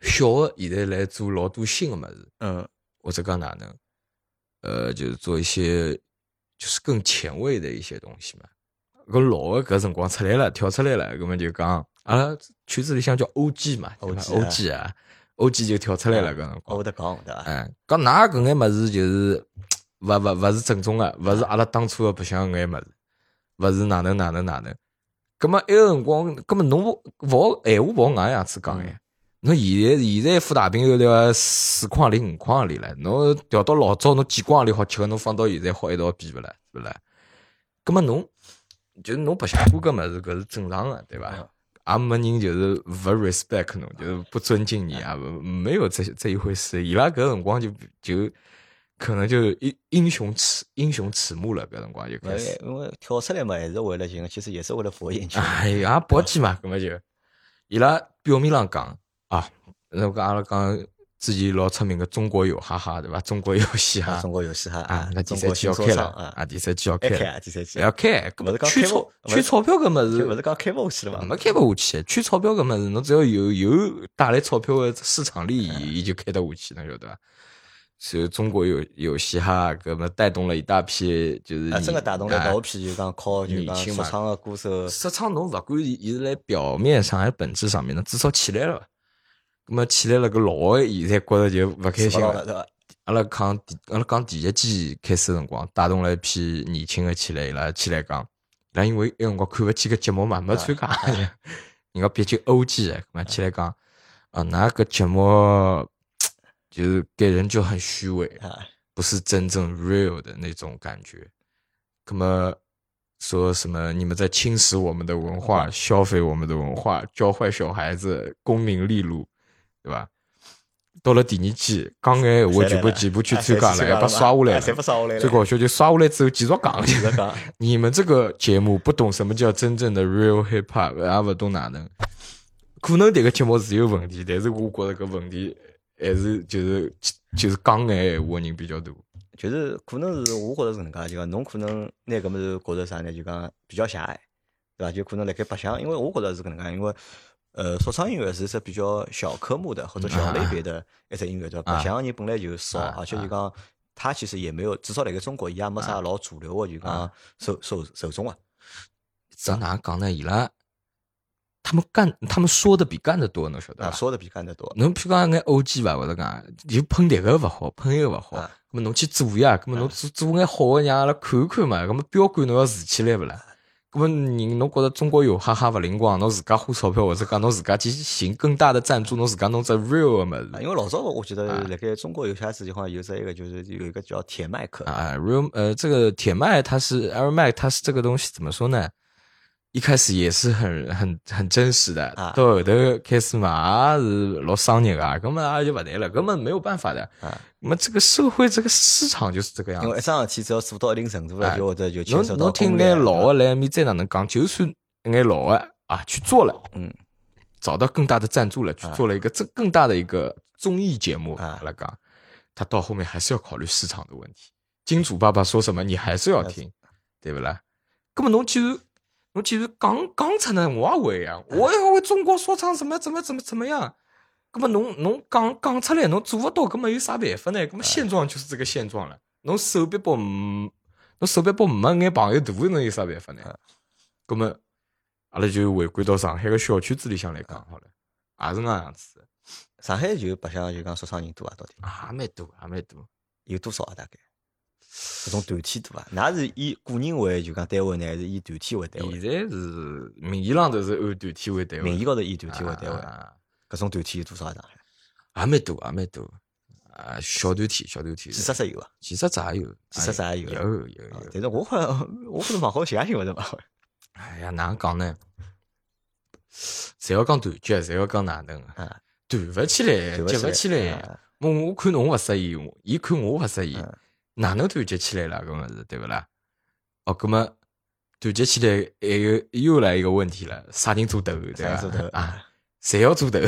小的现在来做老多新的物事，嗯或者讲哪能，呃，就是做一些就是更前卫的一些东西嘛。搿老的搿辰光出来了，跳出来了，搿么就讲，阿拉圈子里向叫 OG 嘛 OG 啊，O G 啊，O 哎 G 就跳出来了搿辰我光会。得讲对伐？哎，讲㑚搿眼物事就是，勿勿勿是正宗的，勿是阿拉当初的白相搿眼物事，勿是哪能哪能哪能。葛末埃个辰光，葛末侬勿勿好闲话勿好硬样子讲嗯呀。侬现在现在副大饼又辣四框里五框里了，侬调到老早侬几框里好吃个，侬放到现在好一道比勿啦，是勿啦？葛末侬就是侬白相过搿物事，搿是正常的，对嗯伐？也没人就是勿 respect 侬，就是不尊敬你啊，嗯勿没有这这一回事。伊拉搿辰光就就可能就英英雄迟英雄迟暮了，搿辰光就因开始为。因为跳出来嘛，还是为了就其实也是为了博眼球。哎呀，搏击嘛，搿么就伊拉表面上讲啊，那个阿拉讲之前老出名个中国有哈哈对伐？中国有嘻啊哈中国游戏哈啊，那第中三国季新要说开了唱啊，啊，第三季要开还开了，啊，第三季要开，搿勿是么讲圈开钞勿是圈钞票搿么就勿是是讲开幕去了嘛没？开勿下去，圈钞票搿么事，侬只要有有带来钞票的市场利嗯益，伊就开得下去，侬晓得伐？所以中国有有嘻哈，搿么带动了一大批，就是啊，真个你打动了啊老批，就讲靠就讲年轻说嘛唱个歌手说唱侬勿管伊伊是来表面上还是本质上面，侬至少起来了。咁么起来了，搿老的现在觉着就勿开吃心不到了了。对伐？阿拉讲第阿拉讲第一季开始的辰光，带动了一批年轻的起来，伊拉起来讲，伊拉因为埃辰光看勿起搿节目嘛，没参啊 加。人家毕竟 OG 的，咁么起来讲，啊，㑚搿节目就是给人就很虚伪。啊，不是真正 real 的那种感觉。那么说什么你们在侵蚀我们的文化，嗯消费我们的文化，教坏小孩子，功名利禄，对吧？到了第二季，讲眼谁我来全部了全部去啊参谁加去了，还把嘛刷下来啊侪了。被刷下来了。最搞笑就刷下来之后继续讲，继续讲，你们这个节目不懂什么叫真正的 real hip hop，也不懂哪能。可能迭个节目是有问题，但是我觉着搿问题还是就是就是讲眼闲话的人比较多。 就是可能是我觉着是搿能介，就讲侬可能拿搿物事觉着啥呢？就讲比较狭隘，对伐？就可能辣盖白相，因为我觉着是搿能介，因为呃，说唱音乐是一只比较小科目的或者小类别的一只音乐，对伐？啊白相的人本来就少，啊而且就讲它其实也没有，至少辣盖中国，伊也没啥老主流的，就讲啊受受受众啊。这哪讲呢？伊拉他们干，他们说的比干的多，侬晓得啊，伐？说的比干得多。侬譬如讲眼 O G 伐，或者讲就喷迭个勿好，喷又勿好，啊咁么侬去做呀，咁么侬做做眼好个让阿拉看看嘛，咁么标杆侬要竖起来勿啊啦？咁么人侬觉着中国有哈哈勿灵光，侬自家花钞票或者讲侬自家去寻更大的赞助，侬自家弄只 real 个么啊，子因为老早我记得辣盖中国有些事情好像有这一个，就是有一个叫铁麦克，啊，real 呃，这个铁麦它是 Air Mac，它是这个东西怎么说呢？一开始也是很很很真实的啊，到后头开始嘛也是老商业啊，根本阿拉就勿谈了，根本没有办法的。啊，那么这个社会这个市场就是这个样因为子。一桩事体只要做到一定程度啊哎了，就会得就牵扯侬到啊侬听公链眼老的来埃面再哪能讲，就算眼老的啊去做了，嗯，找到更大的赞助了，去做了一个这更大的一个综艺节目啊来讲，他到后面还是要考虑市场的问题。金主爸爸说什么，你还是要听，对不啦？那么侬既然侬既然讲讲出来，我也会啊， 我也会中国说唱怎么怎么怎么怎么样。那么侬侬讲讲出来，侬做不到，那么有啥办法呢？那么现状就是这个现状了。侬手臂膊没，侬手臂膊没眼朋友大，侬有啥办法呢？那么阿拉就回归到上海个小圈子里向来讲好了，也是那样子的，上海就白相就讲说唱人多啊，到底也蛮多，也蛮多。有多少啊？大概搿种团体多啊？㑚是以个人为就讲单位呢，还是以团体为单现位？在是名义浪头是按团体为单位，名义高头以团体为单位，啊搿种团体有多少啊？上海也蛮多，也蛮多。啊，小团体，小团体，几十只有啊？其实这也有，哎几十只也有有有有啊有。但是我好像我可能网好其他新闻 的嘛，哎呀，哪能讲呢？侪要讲团结，侪要讲哪能啊啊？团勿起来，团不哎起结勿来起来啊。我我看侬勿适意，我伊看我勿适意嗯，哪能团结起来了？搿么是对勿啦？哦，搿么团结起来，还有又来一个问题了，啥人做头？对啥人做头伐？啊，侪要做头，要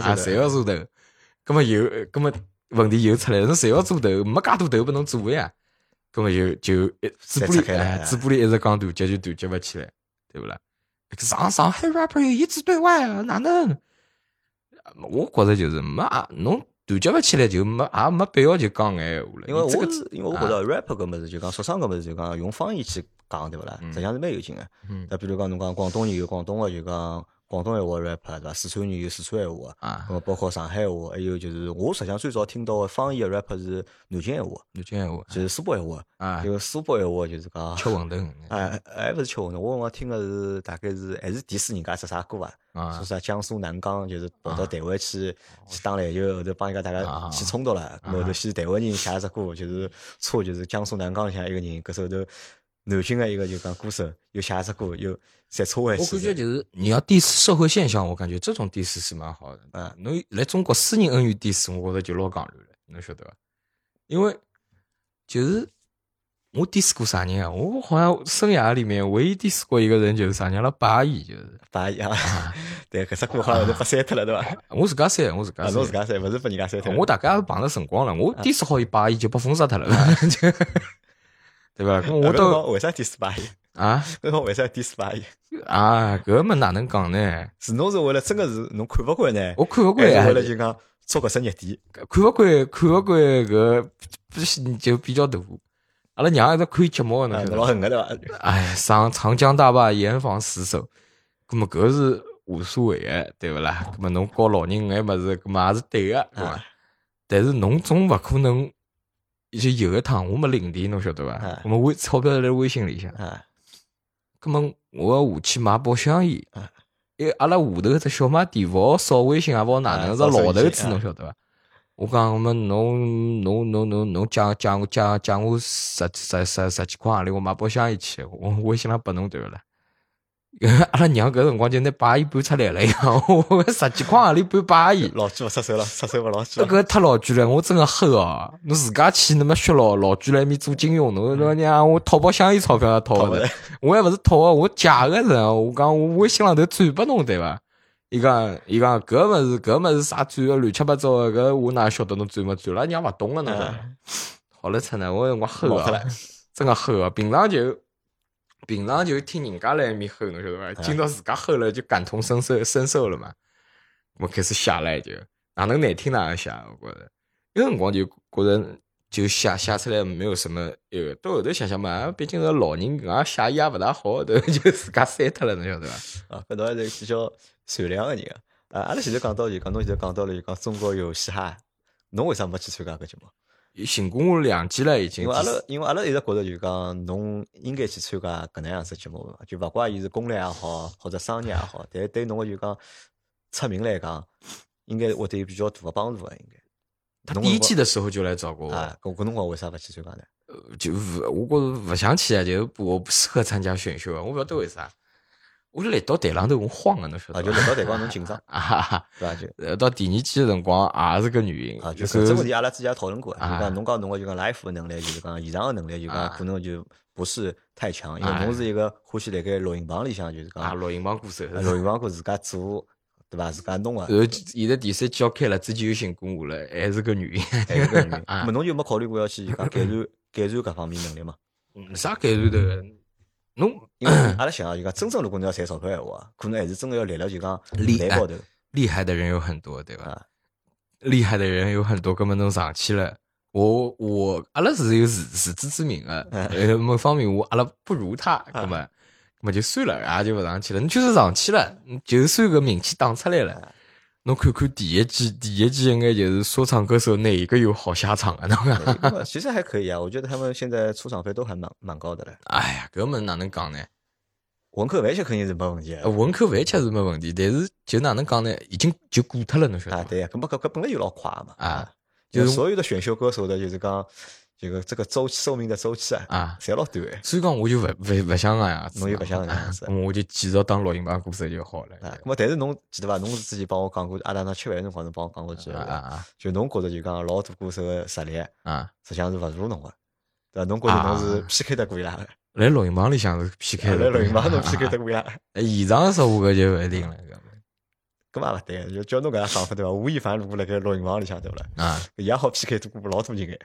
啊，谁侪要要做头。搿么有，搿么问题又出来了，侬侪要做头，没介多头拨侬做呀。搿么就就嘴巴散里出开来哎啊嘴巴里一直讲团结就团结勿起来，对勿啦？哎上上海 rapper 一致对外啊，哪能？我觉着就是没啊，侬团结勿起来就没也没必要就讲搿闲话了。因为我你这个啊是因为我觉得 rap 搿物事就讲说唱搿物事就讲用方言去讲对勿啦？嗯实际上是蛮有劲个。嗯那比如讲侬讲广东人有广东个就讲广东闲话 rap 对伐？四川人有四川闲话。啊呃，，包括上海话，还有就是我实际上最早听到的方言 rap 是南京闲话，南京闲话就是苏北闲话，啊因，为苏北闲话就是讲，吃嗯馄饨哎，还勿是吃馄饨，我辰光听个是大概是还是迪士尼人家啥啥歌啊，啊说，啥江苏南岗就是跑到啊台湾去去打篮球，后头帮人家大家啊起冲突了，咾后头啊先台湾人写一只歌，就是错就是江苏南岗里向一个人，搿时候头南京个一个就讲歌手又写一只歌又再错回我去感哎的，觉就是你要 diss 社会现象，我感觉这种 diss 是蛮好的。啊，侬来中国私人恩怨 diss，我觉着就老戆乱了，侬晓得伐？因为就是我 diss 过啥人啊？我好像生涯里面唯一 diss 过一个人就是啥人了，八一就是。把一样，啊 对，搿只歌好像后头被删脱了对伐？我自家删，我自啊家，侬自删。家嗯删，勿是拨人家删脱了。啊我大概也碰着辰光了，我 diss 好伊八一就被封杀脱了，啊就 对伐？咾我我到啊到为啥 diss 八一？啊搿个为啥 diss 八一？啊，搿么哪能讲呢？是侬是为了真个是侬看勿惯呢？我看勿还惯是啊，为了就讲做搿只热点看勿惯，看勿惯搿比就比较大。阿拉娘一直看节目个，啊，侬晓侬得老伐？恨个对 伐？哎，上长江大坝严防死守，葛么搿是无所谓个，对勿啦？葛么侬教老人眼物事，葛么也是对个，对伐啊？但是侬总勿可能，就有一趟我没领钿，侬晓得伐啊？我们微钞票辣微信里向，啊，葛么我要下去买包香烟啊。因为阿拉下头只小卖店勿好扫微信，也勿好哪能，啊是老头子，扫手机侬晓得伐？我讲，我们侬侬侬侬侬借借我借借我十十十十几块行钿，我买包香烟去，我微信上拨侬对勿啦？阿拉娘搿辰光就拿八一搬出来了呀，我十几块行钿搬八一，老几勿出手了，出手勿老几这了。个太老句了，我真个黑哦！侬自家去，那么学老老句来面做金融，侬侬让我讨包香烟钞票也讨讨勿不着，我还勿是讨啊，我借个人，我讲我微信浪头转拨侬对伐？伊讲伊讲搿物事搿物事啥转个乱七八糟个，搿我哪晓得侬转没转？拉娘勿懂个侬晓得伐。好了，出呢，我有辰光吼冒出啊来，真个吼啊！平常就平常就听人家来埃面吼，侬晓得伐？哎今朝自家吼了，就感同身受身受了嘛。我开始写了就，哪能难听哪能写，我觉着。有辰光就觉着就写写出来没有什么那个，到后头想想嘛，啊毕竟是老人，搿写也勿大好，对伐，就自家删脱了，侬晓得伐？啊，搿侬还是比较善良个人啊。啊，阿拉前头讲到就讲，侬前头讲到了就讲中国有嘻哈，侬为啥没去参加搿节目？寻过我两季了，已经。因为阿拉因为阿拉一直觉得就讲，侬应该去参加搿能样子节目嘛，就勿怪伊是公立也好，或者商业也好，但是对侬个就讲出名来讲，应该会对有比较大个帮助个，应该。他侬第一辰季的时候就来找过光我，啊，搿搿辰光为啥勿去参加呢？就勿，我觉着勿想去啊，就不我不适合参加选秀啊，我勿晓得为啥。我来到台浪头，我慌啊，侬晓啊，就得 伐？，来到台光侬紧张啊哈哈。对伐？就呃，到第二季的辰光也是个原因，啊，就就是这问题，阿拉之前也讨论过，就啊讲侬讲侬个就讲 life 的能力，就是讲现场的能力，就讲啊可能就不是太强，因啊为侬是一个欢喜辣盖录音棚里向，就是啊，讲录音帮歌手。 呃录音棚过自家做，对伐？自家 弄啊然，后现在第三季要开了，之前又寻过我了，还是个原因。还是搿原 因。啊咾么侬就没考虑过要去就讲改善改善搿方面能力嘛？嗯 啥改善的？侬因为阿拉想啊，就讲真正如果侬要赚钞票闲话，可能还是真个要立了就讲立啊台高头厉害的人有很多，对吧？啊厉害的人有很多，根本侬上去了。我我阿拉是有自自知之 明的，嗯呃，某方面我阿拉不如啊他，那么那么就算了，也就不上去了。你就是上去了，你就算个名气打出来啊了。侬看看第一季，第一季应该就是说唱歌手哪一个有好下场啊？侬看， 对那么其实还可以啊，我觉得他们现在出场费都还蛮蛮高的嘞。哎呀，搿么哪能讲呢？文科完全肯定是没问题的呃文科饭吃是没问题，但是就哪能讲呢？已经就过脱了，侬晓得啊，伐？对呀，搿么搿搿本来就老快嘛啊，就就是是所有的选秀歌手的，就是讲这个这个周期寿命的周期啊，啊，侪老短的所以讲我就勿勿勿想搿样子嘛，侬就勿想搿能样子啊 我就继续当录音棚歌手就好了。啊。咁么，但是侬记得伐？侬是之前帮我讲过，阿拉那吃饭的辰光侬帮我讲过句啊话啊的，啊就侬觉着就讲老多歌手的实力啊！实际上是勿如侬个，对伐？侬觉着侬是 PK 得 过伊拉的，来录音棚里向是 PK 来的，录音棚 侬 PK 啊得过伊拉的，啊现场说话搿就勿一定了，搿嘛勿对啊个，就叫侬搿样讲法对伐？吴亦凡如果辣盖录音棚里向对勿啦？搿啊，伊也好 PK 多过老多人个，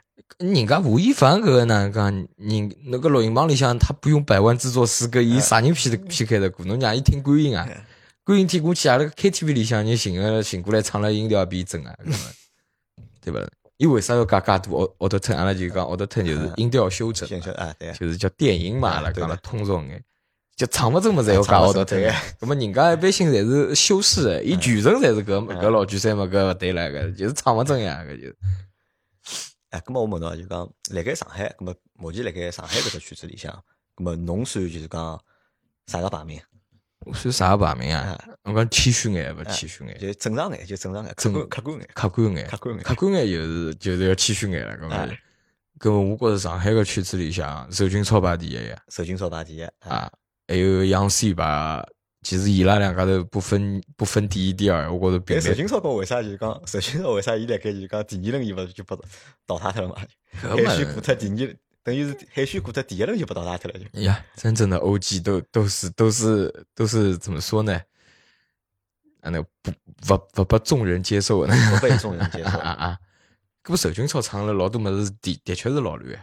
人家吴亦凡搿个哪能讲？人那个录音棚里向他不用百万制作师，搿伊啥人 P 的 PK 的过？侬让伊听观音 啊嗯，观音听歌去阿拉 KTV 里向人寻个寻过来唱了音调比真啊，搿么对伐？伊为啥要加加多 auto auto turn？阿拉就讲 auto turn 就是啊音调修整嘛现，象啊，对啊。就是叫电音嘛，啊阿拉对讲了的通俗眼，就唱勿正么侪要讲奥特唱勿特正对的。那么人家一般性侪是修饰的，嗯伊全程侪是搿搿老句三嘛，搿勿对了，搿就是唱勿正呀，搿就是。哎，咁么我问侬啊，就讲辣盖上海，咁么目前辣盖上海搿只圈子里向，咁么侬算就是讲啥个排名？我算啥排名啊？嗯我讲谦虚眼勿谦虚眼，就正常眼，就正常眼，客观客观眼。客观眼，客观眼客观眼就是就是要谦虚眼了，搿么哎。搿么我觉着上海个圈子里向，首军超排第一呀，首军超排第一啊，啊，还有杨 C 排，其实伊拉两家头不分不分第一第二，我觉着并但列首军超跟为啥就是讲 首军超为啥伊辣盖就是讲第二轮伊勿是就被淘汰脱了嘛？搿海么选过脱第二，等于是海选过脱第一轮就被淘汰脱了就。哎呀，真正的 OG 都都是都是都是怎么说呢？啊，那不不不被众人接受呢？ 不被众人接啊受啊啊！搿不首军超唱了老多么子，的的确是老乱的，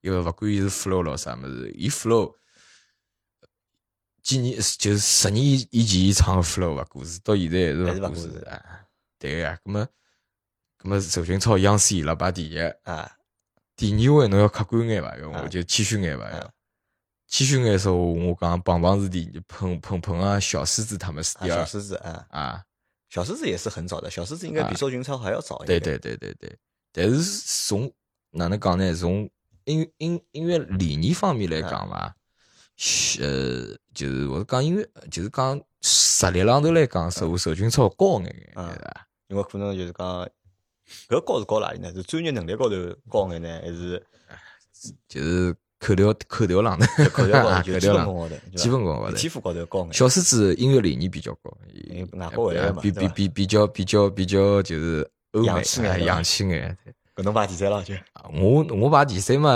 因为勿管伊是 flow 咯啥么子，伊 flow 几年就是十年以前伊唱的 flow 勿过是，到现在还是还是勿勿过过是是啊。对个呀，搿么搿么首军超央视伊拉排第一，啊！第二位侬要客观眼伐？要啊我就谦虚眼伐？啊要谦虚眼说，我讲棒棒是第鹏鹏鹏啊，小狮子他们是啊第小二狮子啊，啊。小狮子也是很早的，小狮子应该比啊首军超还要早一对点。对对对对，但是从哪能讲呢？从音音音乐理念方面来啊讲伐，是呃，就是我是讲音乐，就是讲实力浪头来讲，是我手军超高眼眼，啊对伐？因为可能就是讲，搿高是高哪里呢？是专业能力高头高眼呢，还 是就是口条口条浪头，口条高头就口基条本浪功高头，对吧 基本功高头天赋高头高眼。小狮子音乐理念比较高，哎因为外国回来的嘛比对吧比比比较比较比较就是欧美洋气眼哎对吧洋气眼。对搿侬排第三了就啊我我排第三嘛，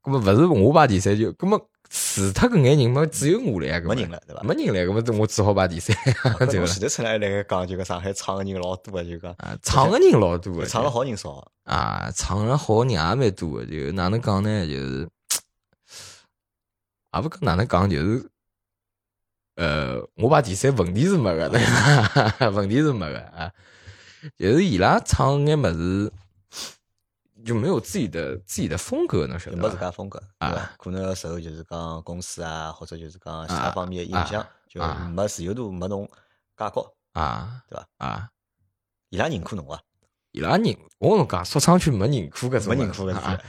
葛么勿是我排第三就，葛么除脱搿眼人嘛，只有我了呀，搿么没人了，对伐？没人了，搿么我只好排第三，搿 对侬伐？前头出来辣盖讲，就搿上海唱个人老多个，就讲啊，唱个人老多的，唱了好哦人少。啊，唱了好人也蛮多的，就哪能讲呢？就是，也勿讲哪能讲，就是，呃，我排第三，问题是没个的， 问题是没个啊，就是伊拉唱眼么子，就没有自己的自己的风格，侬晓就得没自伐？家风格，对伐？可能要受就是讲公司啊，或者就是讲其他啊方面的啊影响，就啊没自由度没侬介高，啊，对伐？啊，伊拉认可侬伐？啊伊拉认，我跟侬讲，说唱圈没认可搿种没物事，认可搿啊事。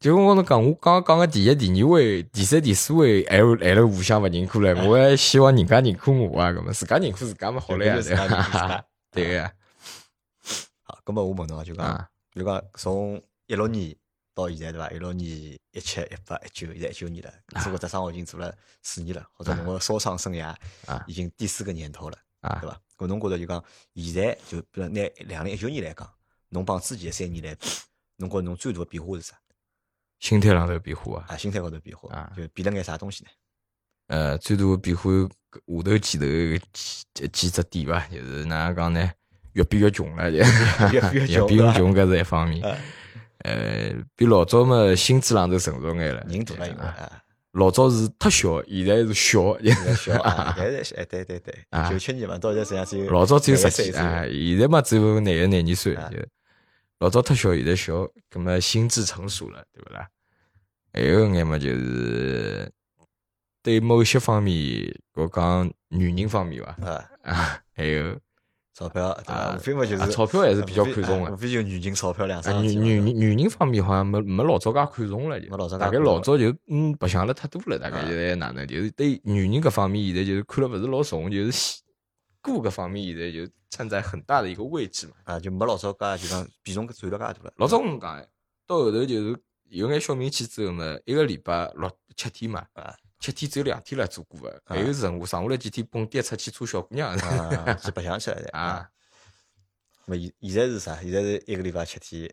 就我跟侬讲，我刚刚讲个第一、第二位、第三、第四位，还有还了互相勿认可嘞。我还希望人家认可我啊，搿么自家认可自家嘛好啊了呀，就对自家认可自伐家？对个呀，好，咁么我问侬啊，就讲，啊比如讲从一六年到现在，对伐？一六年、一七、一八、一九，现在一九年了，中国只生活已经做了四年了，或者侬个说唱生涯啊已经第四个年头了，啊对伐？咁侬觉着就讲，现在就比如拿两零一九年来讲，侬帮之前三年来比，侬觉着侬最大的变化是啥？心态上头变化啊，啊，心态高头变化啊，就变了眼啥东西 呢？呃，最大的变化下头几头个几几只点伐，就是哪能讲呢？越变 越穷了，就越变越越穷变对越伐穷，搿是一方面。啊，呃，比老早嘛，心智上头成熟眼了。人大了以对后啊啊，老早是太小，现在是小。现在小 啊，现在是哎，对对对，啊九七年嘛，到现在实际上只有老早只有十19几岁啊，左右现在嘛只有廿一、廿二岁啊。就老早太小，现在小，葛么啊心智成熟了，对不啦？还有眼嘛，就是对某些方面，我讲女人方面伐，啊，啊，还有钞票对伐？啊无非嘛就啊是啊钞票还是比较看重无的。非就女人钞票两啊，三女女人女人方面好像没没老早介看重了，就没老早介大概看重老早就嗯白相了太多了，大概啊现在哪能就是对女人搿方面现在就是看了勿是老重，就是喜顾搿方面现在就站在很大的一个位置嘛。啊，就没老早介就讲比重占了介大了。老早我讲哎，到后头就是有眼小名气之后嘛，一个礼拜六七天嘛啊，七天只有两天来做过的，还有剩下剩下来几天蹦迪出去搓小姑娘啊，去白相起来的 啊。。么现现在是啥？现在是一个礼拜七天，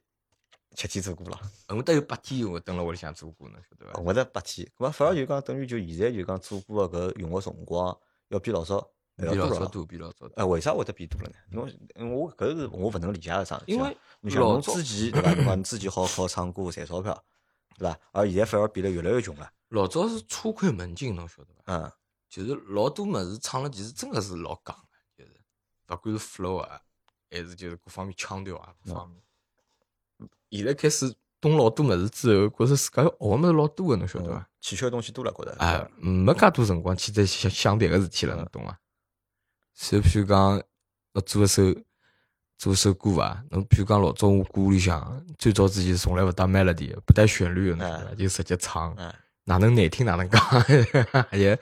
七天做过了，我得有八天我蹲辣屋里向做过呢，晓得伐？我得八天。咁啊么反而就讲等于就现在就讲做过个搿用个辰光要比老早还要比老多早了。多，比老早多。哎，为啥会得变多了呢？侬因为我搿是我勿能理解个啥？因为你像老侬早之前对伐？侬讲侬之前好好唱歌赚钞票，对伐？而现在反而变得越来越穷了。老早是初窥门径，侬晓得伐？嗯，就是老多物事唱了，其实真个是老戆个，就是勿管是 flow 啊，还是就是各方面腔调啊，各方面。现在开始懂老多物事之后，觉着自家要学个物事老多个，侬晓得伐？嗯欠缺的东西多了，觉得啊，没介多辰光去再想想别个事体了，侬懂伐？所以譬如讲，要做一首做一首歌伐，侬譬如讲老早我歌里向最早之前从来勿带 melody，的不带旋律个，侬晓得伐？就直接唱。嗯，哪能难听哪能讲，也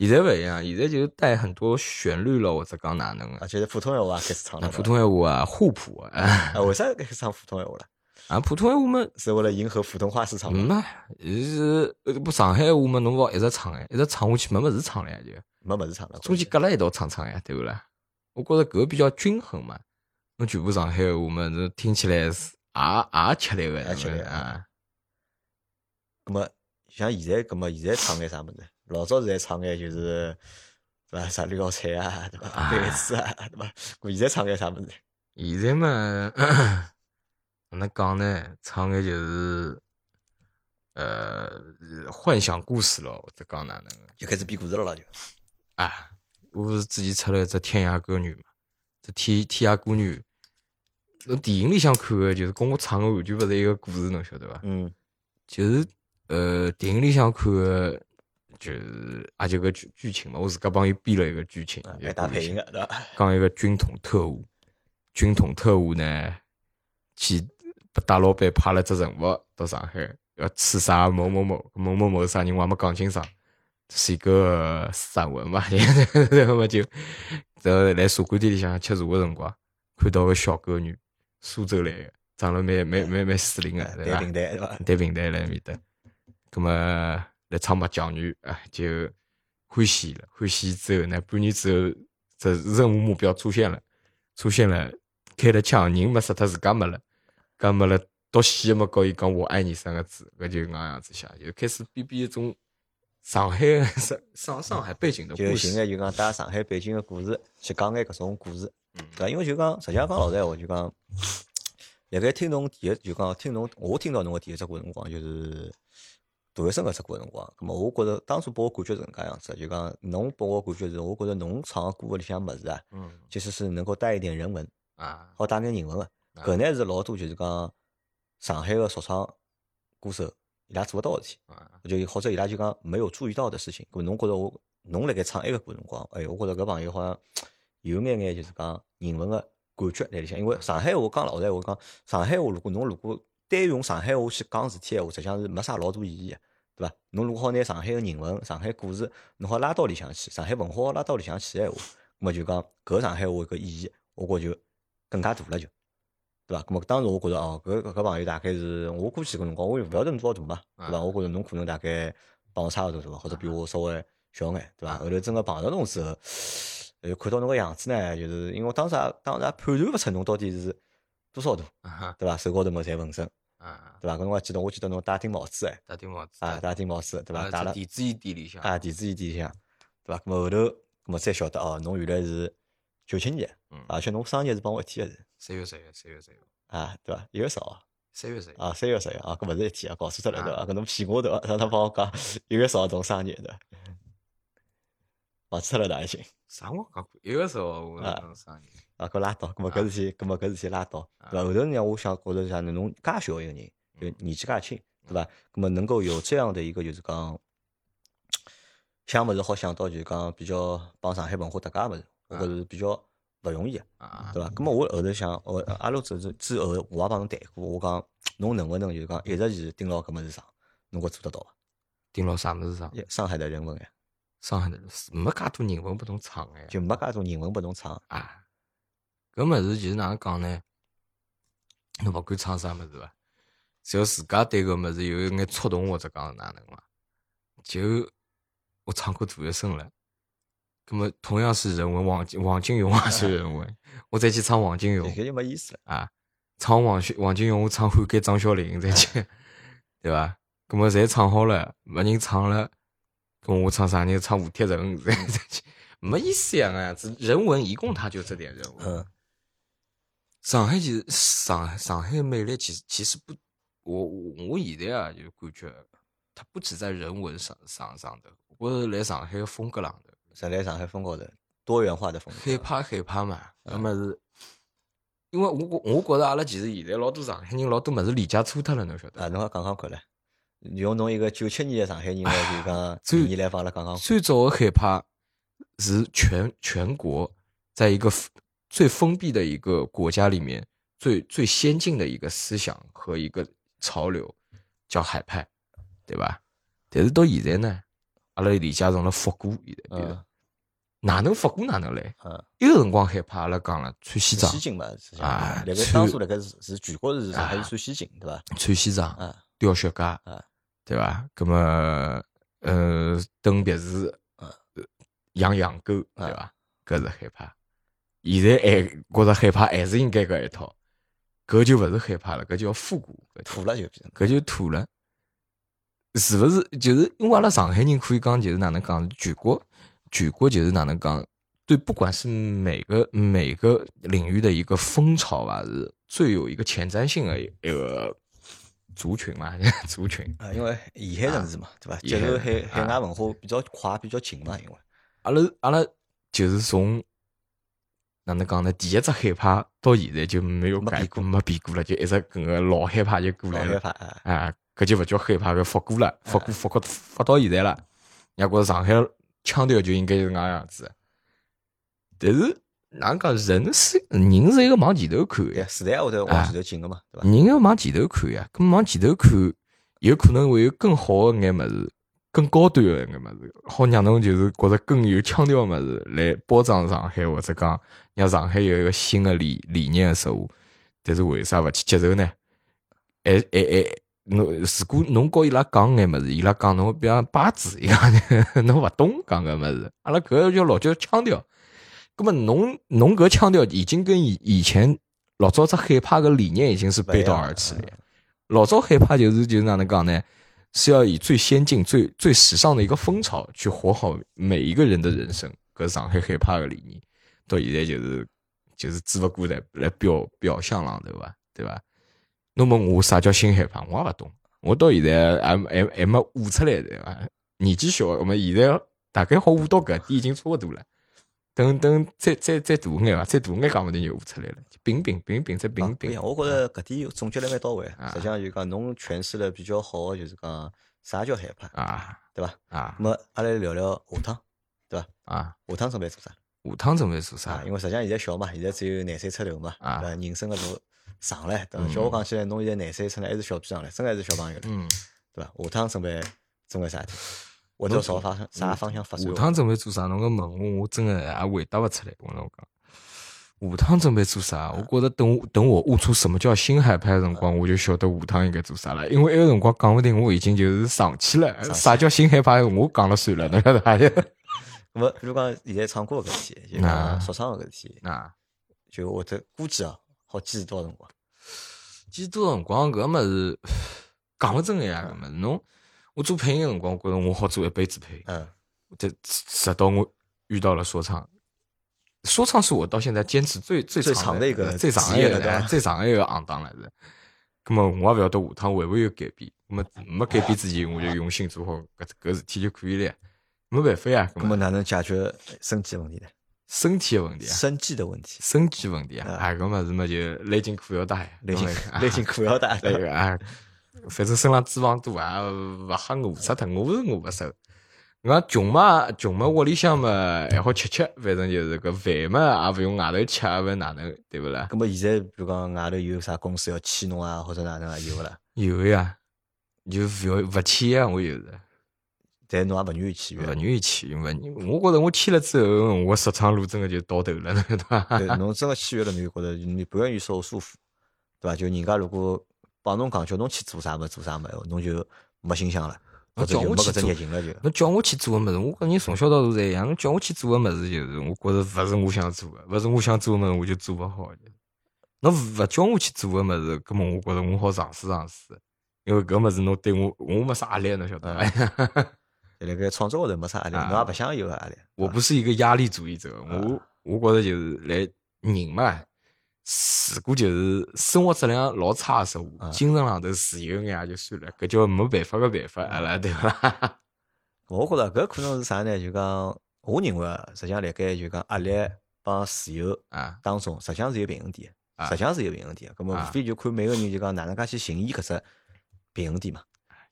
现在勿一样，现在就带很多旋律了，或者讲哪能而啊，且是普通闲话也开始唱那了。普通闲话啊，互补啊，啊，为啥开始唱普通闲话了？啊，普通闲话嘛，是为了迎合普通话市场嗯吗？嘛，是呃不上海话嘛，侬勿好一直唱哎，一直唱下去没么子唱了呀，就没么子唱了，中间隔了一道唱唱呀，对勿啦？我觉着搿个比较均衡嘛，侬全部上海话嘛，侬听起来是也也吃力个，也吃力嗯对勿啦啊，那么像现在，那么现在唱眼啥么子？老早是在唱眼就是，对伐？啥绿高菜啊，对伐？啊贝斯啊，对伐？咾现在唱眼啥么子？现在嘛， 哪能讲呢？唱个就是，呃，幻想故事咯，或者讲哪能个就开始编故事了啦，就啊？我不是之前出了一只《天涯歌女》嘛？这《天天涯歌女》，侬电影里向看个，就是跟我唱个完全勿是一个故事，侬晓得伐？嗯，就是呃，电影里向看个，就是啊也就个剧剧情嘛，我自家帮伊编了一个剧情，一还个啊打故事配线音个，对伐？讲一个军统特务，军统特务呢，去被大老板派了只任务到上海，要刺杀某某某某某某啥人，我还没讲清爽，是一个散文嘛， 然后么就，然后来茶馆店里向吃茶的辰光，看到个小狗女，苏州来个，长得蛮蛮蛮蛮水灵个，哎对对伐？平台，对伐？对平台来面搭，葛么来唱麻将女啊，就欢喜了，欢喜之后呢，半年之后，这任务目标出现了，出现了，开了枪，人没杀脱，自家没了，搿没了，到死也没告伊讲我爱你三个字，搿就搿能样子写，就开始编编一种上海的上上上海背景的就故寻事，个就讲带上海背景个故事，去讲眼搿种故事，嗯对伐？因为就讲，实际上讲老实闲话，就讲，辣盖听侬第一就讲听侬，我听到侬个第一只歌辰光，就是大学生搿只歌辰光，咁么我觉着当初拨我感觉是搿能介样子，就讲侬拨我感觉是，我觉着侬唱个歌个里向物事啊，嗯其实是能够带一点人文，啊好带眼人文个。啊搿呢是老多就是讲上海个说唱歌手伊拉做勿到个事体，啊，就或者伊拉就讲没有注意到的事情。咾侬觉着我侬辣盖唱埃个歌辰光，哎，我觉着搿朋友好像有眼眼就是讲人文个感觉在里向。因为上海话讲老实闲话讲，上海话如果侬如果单用上海话去讲事体闲话，实际上是没啥老大意义个。啊对伐？侬如果好拿上海个人文、上海故事，侬好拉到里向去，上海文化拉到里向去个闲话，那么就讲搿上海话搿意义，我觉着就更加大了就。对伐？咁么当时我觉着哦，搿搿朋友大概是我估计搿辰光，我也勿晓得侬多少大嘛，对伐？啊我觉着侬可能大概帮我差勿多大，或者比我稍微小眼，对伐？后头真个碰着侬之后，呃，看到侬个样子呢，就是因为我当时也当时也判断勿出侬到底是多少大，啊哈对伐？手高头没戴纹身，啊，对伐？搿辰光记得我记得侬戴顶帽子哎，戴顶帽子呃啊，戴顶帽子，对伐？戴了地址一点里向啊，电子烟店里向，对伐？咁么后头，咁么才晓得哦，侬原来是九七年嗯，而且侬生日是帮我一天个是，三月三月三月三月啊，对伐？一月十号三月三月啊，三月十号啊，搿勿是一天啊，搞错脱了对伐？搿侬骗我对 伐？让他帮我讲一月十号侬生日对伐？忘记脱了哪已经啥我讲过，一个时候我啊讲生日啊，搿拉倒，咁么搿事体，咁么搿事体拉倒，对伐？啊后头呢，我想觉着啥呢？侬介小一个人，就嗯年纪介轻，对伐？咁么能够有这样的一个就是讲，想物事好想到就是讲比较帮上海文化搭界物事，我觉着是比较勿容易个，啊对伐？咁么我后头想，我阿拉之之之后，我也帮侬谈过，我讲侬能勿能就是讲一直是盯牢搿物事上，侬搿做得到伐？盯牢啥物事上？一上海的人文哎，上海的没介多人文拨侬唱哎就没介种人文拨侬唱啊！搿物事其实哪能讲呢？侬勿管唱啥物事伐，只要自家对搿物事有一眼触动或者讲是哪能嘛，就我唱过大学生了。葛么同样是人文，王金王金勇也是 人文，我再去唱王金勇，搿就没意思了。啊，唱王旭王金勇，唱汉奸张小林再去， 对伐？咁么侪唱好了，没人唱了，跟我唱啥人唱吴铁人 再再去，没意思呀！那样子人文一共他就这点人文。嗯上海其实上上海魅力其实其实不，我我我现在啊就感觉，它不止在人文上上上头，我是来上海的风格浪头。是来上海风高头多元化的风害格，怕害怕嘛，那嗯么是，因为我觉我觉着阿拉其实现在老多上海人老多么子离家出脱了，侬晓得啊，伐？侬好讲讲看唻，用侬一个九七年的上海人来就讲，最你来帮阿拉讲讲看，最早的害怕是全全国在一个 f- 最封闭的一个国家里面最最先进的一个思想和一个潮流叫海派，对吧？但是到现在呢，阿拉理解成了复古，现在变嗯成哪能复古哪能来？嗯，有辰光害怕阿拉讲了穿西装西，京嘛，实际上啊辣盖最当初辣盖是是全国是上海啊是算西京对伐？穿西装，啊吊雪茄，啊对吧？那么呃，蹬鼻子啊，呃养养狗，啊对吧？搿是害怕。现在还觉着害怕，还是应该搿一套。搿就勿是害怕了，搿叫复古，搿就土了就变成搿就土了。是勿是？就是因为阿拉上海人可以讲，就是哪能讲，全国全国就是哪能讲，对，不管是每个每个领域的一个风潮吧，是最有一个前瞻性的一个族群嘛， 族群。啊，因为沿海城市嘛，对伐？沿接海受海海啊外文化比较快，比较近嘛，因为阿拉阿拉就是从哪能讲呢？第一只害怕到现在就没有没改变过，没变过了，就一直搿个老害怕就过老来害了怕啊，啊，搿就勿叫害怕，搿复古了，复古复古复到现在了。人家觉着上海腔调就应该是搿能样子，但是哪能讲，人是人是一个往前头看对呀，时代会得往前头进个嘛，对伐？人要往前头看呀，咁往前头看，有可能会有更好的眼物事，更高端的眼物事，好让侬就是觉着更有腔调的物事来包装上海，或者讲让上海有一个新的理理念的说话。但是为啥勿去接受呢？还还还，哎侬如果侬告伊拉讲眼物事，伊拉讲侬比方八字一样， 侬勿懂讲搿物事，阿拉搿叫老叫腔调。葛么侬侬搿腔调已经跟以以前老早只害怕搿理念已经是背道而啊驰了呀。老早害怕就是就是哪能讲呢？是要以最先进、最最时尚的一个风潮去活好每一个人的人生，搿是上海害怕的理念。到现在就是就是只不过来来表表象了，对伐？对伐？那么我啥叫新害怕？我也勿懂，我到现在还还还没悟出来，对伐？年纪小，我们现在大概好悟到搿点已经差勿多了。等等再再再大眼伐，再大眼讲勿定就悟出来了，就饼饼饼饼再饼啊不一饼样，。我觉着搿点总结了蛮到位。啊实际上就是讲，侬诠释了比较好的，就是讲啥叫害怕，啊对伐？啊那么阿拉来聊聊下趟，啊！下趟准备做啥？下趟准备做啥啊，因？为实际上现在小嘛，现在只有廿岁出头嘛，啊对伐？人生个路长唻，对伐？嗯叫我讲起来，侬现在廿岁出来还是小屁长唻，真个还是小朋友唻，嗯，对伐？下趟准备准备啥事体？或者朝方向啥方向发展下？趟准备做啥？侬个问我，我真的也回答勿出来。我跟侬讲，下趟准备做啥？我觉得等我等我悟出什么叫新海派的辰啊光，我就晓得下趟应该做啥了。因为埃个辰光讲勿定我已经就是上去了。上去啥叫新海派？我讲了算了，侬晓得伐？那么比啊如讲现在唱歌搿事体，就啊讲说唱搿事体，啊，就我这估计啊，好坚持多少辰光？几多辰光搿物事讲勿真个呀，搿物事侬。我做配音个辰光，我觉着我好做一辈子配音。嗯，这直到我遇到了说唱，说唱是我到现在坚持最最最长长的一个最长职业的了对吧最长的一个行当来着。那么我也不晓得下趟会不会有改变，那么没改变之前，我就用心做好搿搿事体就可以了呀，没办法呀。那那么么啊哪能解决生计问题呢？身体的问题啊，生计的问题，身体问题啊，嗯哎，搿么子嘛就勒紧裤腰带呀， 勒紧侬勒紧裤腰带，那个啊，反正身上脂肪多啊，勿吓饿死脱，饿是饿勿瘦。我讲穷嘛，穷嘛，屋里向嘛还好吃吃，反正就是搿饭嘛，也勿用外头吃，也勿用哪能，对勿啦？咁么啊现在比如讲外头有啥公司要签侬啊，或者哪能啊，有勿啦？有个呀，就勿要勿签呀，我有是但侬也勿愿意签约，勿愿意签，勿愿意。我觉着我签了之后，我职场路真个就到头了， 侬晓得伐？对，侬真个签约了，侬就觉着你不愿意受束缚，对伐？就人家如果帮侬讲叫侬去做啥么做啥么，侬就没心想了，啊或者就叫没我搿去只做热情了就。侬叫我去做个物事，我跟人从小到大侪一样。侬叫我去做个物事，就是我觉着勿是我想做个，勿是我想做个物事，我就做勿好。侬勿叫我去做个物事，葛么我觉着我好尝试尝试，因为搿物事侬对我我没啥压力，侬晓得嗯伐？对辣盖创作高头没啥压力，侬也勿想有个压力。 啊我对不是一个压力主义者，嗯我我觉着就是来人嘛，如果就是生活质量老差个时候啊，精神上头自由眼也就算了，搿叫没办法个办法，阿嗯拉对伐？伐，我觉着搿可能是啥呢？就讲我认为啊，实际上辣盖就讲压力帮自由 啊当中，实际上是有平衡点的，啊实际上是有平衡点的。咁么啊无非就看每个人就讲哪能介去寻伊搿只平衡点嘛。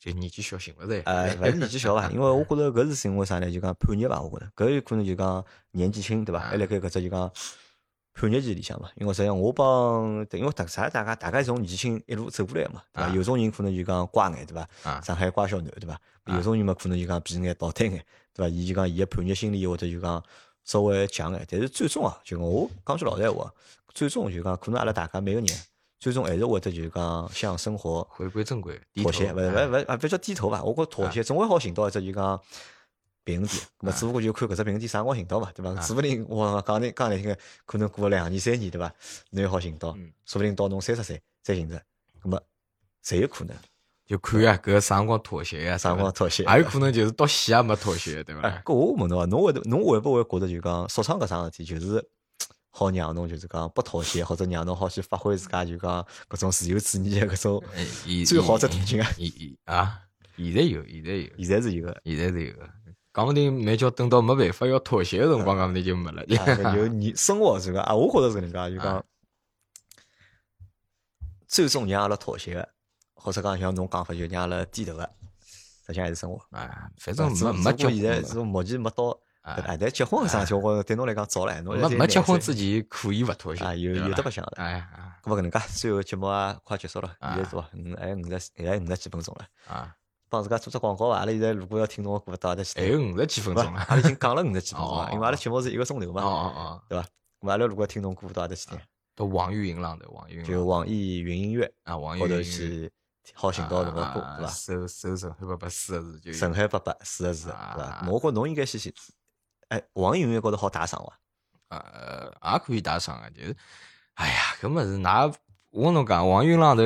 就年纪小寻勿着。 呃，勿是年纪小伐，因为我觉着搿是因为啥呢？就讲叛逆伐，我觉着搿有可能就讲年纪轻对伐？啊还辣盖搿只就讲叛逆期里向嘛。因为实际上我帮，因为大啥大家大家从年纪轻一路走过来嘛，对伐？啊有种人可能就讲乖眼对伐？啊上海乖小囡对伐？有种人嘛可能就讲比眼倒退眼对伐？伊就讲伊个叛逆心理或者就讲稍微强眼，但是最终啊，就讲我讲句老实闲话，最终就讲可能阿拉大家每个人最终还是会得就讲向生活。回归正轨，低妥头啊协，勿是勿是哎勿是，啊，不叫低头伐？我觉妥协总归好寻到一只就讲平衡点，咁啊么只不过就看搿只平衡点啥辰光寻到嘛，对伐？指勿定我讲难讲难听，可能过了两年三年，对伐？侬也好寻到嗯，说不定到侬三十岁再寻着，咁么侪有可能，就看呀，搿啥辰光妥协啊呀，啥辰光妥协？也有可能啊就是到死也没妥协，对伐哎，？搿我问侬啊，侬会得侬会不会觉得就讲说唱搿桩事体，就是好让侬就是讲不妥协，或者让侬好去发挥自家就讲搿种自由主义的搿种哎现最好只途径啊？现现啊，现在有，现在有，现在是有个，啊现在是有个，讲不定蛮叫等到没办法要妥协的辰光，讲不定就没了。搿啊就你生活这个啊，我觉着是搿能介，就讲 啊最终让阿拉妥协的，或者讲像侬讲法就让阿拉低头个，实际上还是生活。 啊，反正只没没只结不过现在婚是嘛，目前没到，啊哎，但结婚搿桩事体，我觉着对侬来讲早了，侬现没在没结婚廿岁之前可以勿妥协啊，有对伐有得白相了。哎啊咁么搿能介，最后节目啊快结束了，啊现在多少？嗯，还有五十，现在五十几分钟了。啊，帮自家做只广告伐？阿拉现在如果要听侬歌，到阿拉去还听。有哎五十几分勿钟阿啊！拉已经讲了五十几分钟 哦了，因为阿拉节目是一个钟头哦嘛，哦哦，对伐？咁么阿拉如果要听侬啊歌，到阿拉去听。到网易云浪头，网易云就浪网易云音乐啊，网易高头云去好寻到侬个歌，对吧？伐？搜搜神黑八八四个字就有上海八八四个字，啊对伐啊？我觉侬应该先去，哎，网易云音乐高头好打赏伐？呃，也可以打赏啊，就是，哎呀，搿物事㑚我跟侬讲，网易云浪头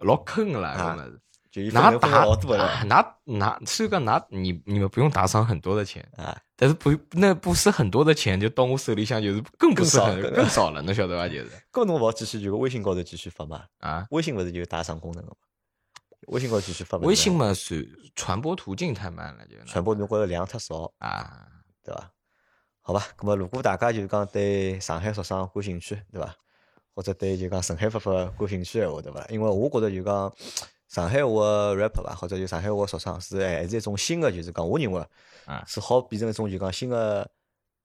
老坑个啦，啊搿物事，就伊分㑚成分了打老多啊了 㑚㑚虽然讲㑚你你们不用打赏很多的钱，啊！但是不那不是很多的钱，就到我手里向就是更不是更少很更更少了，侬晓得伐？ 就是搿侬勿好继续就微信高头继续发嘛？啊，微信勿是有打赏功能个嘛？微信高头继续发嘛？微信嘛，传传播途径太慢了，就是传播侬觉着量太少，啊，对伐？好吧，咁么如果大家就是讲对上海说唱感兴趣，对伐？或者对就讲上海发发感兴趣闲话，对伐？因为我觉得就讲上海话 rap 吧，或者就上海话说唱是还是一种新的，就是讲我认为啊是好变成一种就讲新的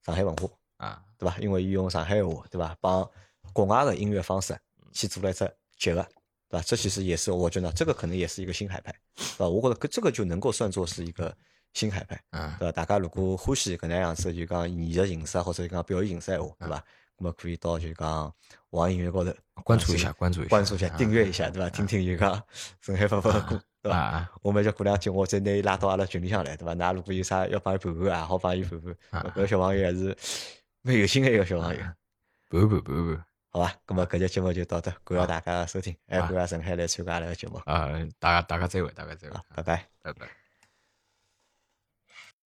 上海文化，啊，对伐？因为伊用上海话，对伐？帮国外的音乐方式去做了一只结合，对伐？这其实也是我觉得这个可能也是一个新海派，对伐？我觉得搿这个就能够算作是一个新海派。嗯，对伐？大家如果欢喜搿能样子，就讲艺术形式啊或者讲表演形式闲话，对嗯伐？咁么可以到就讲网易云高头关注一啊下，关注一下，关注一下，订阅一下，对伐？听听就讲 上海发发的歌，对 啊伐？啊，我们叫过两天我再拿伊拉到阿拉群里向来，对伐？㑚如果有啥要帮伊盘盘，也好帮伊盘盘。啊搿个小朋友还是蛮有心的一个小朋友，不不不不，好伐？咁么搿节节目就到这，感谢大家的收听，还啊感谢沈海来参加阿拉个节目，啊，大家大家再会，大家再会啊，，拜拜。拜拜。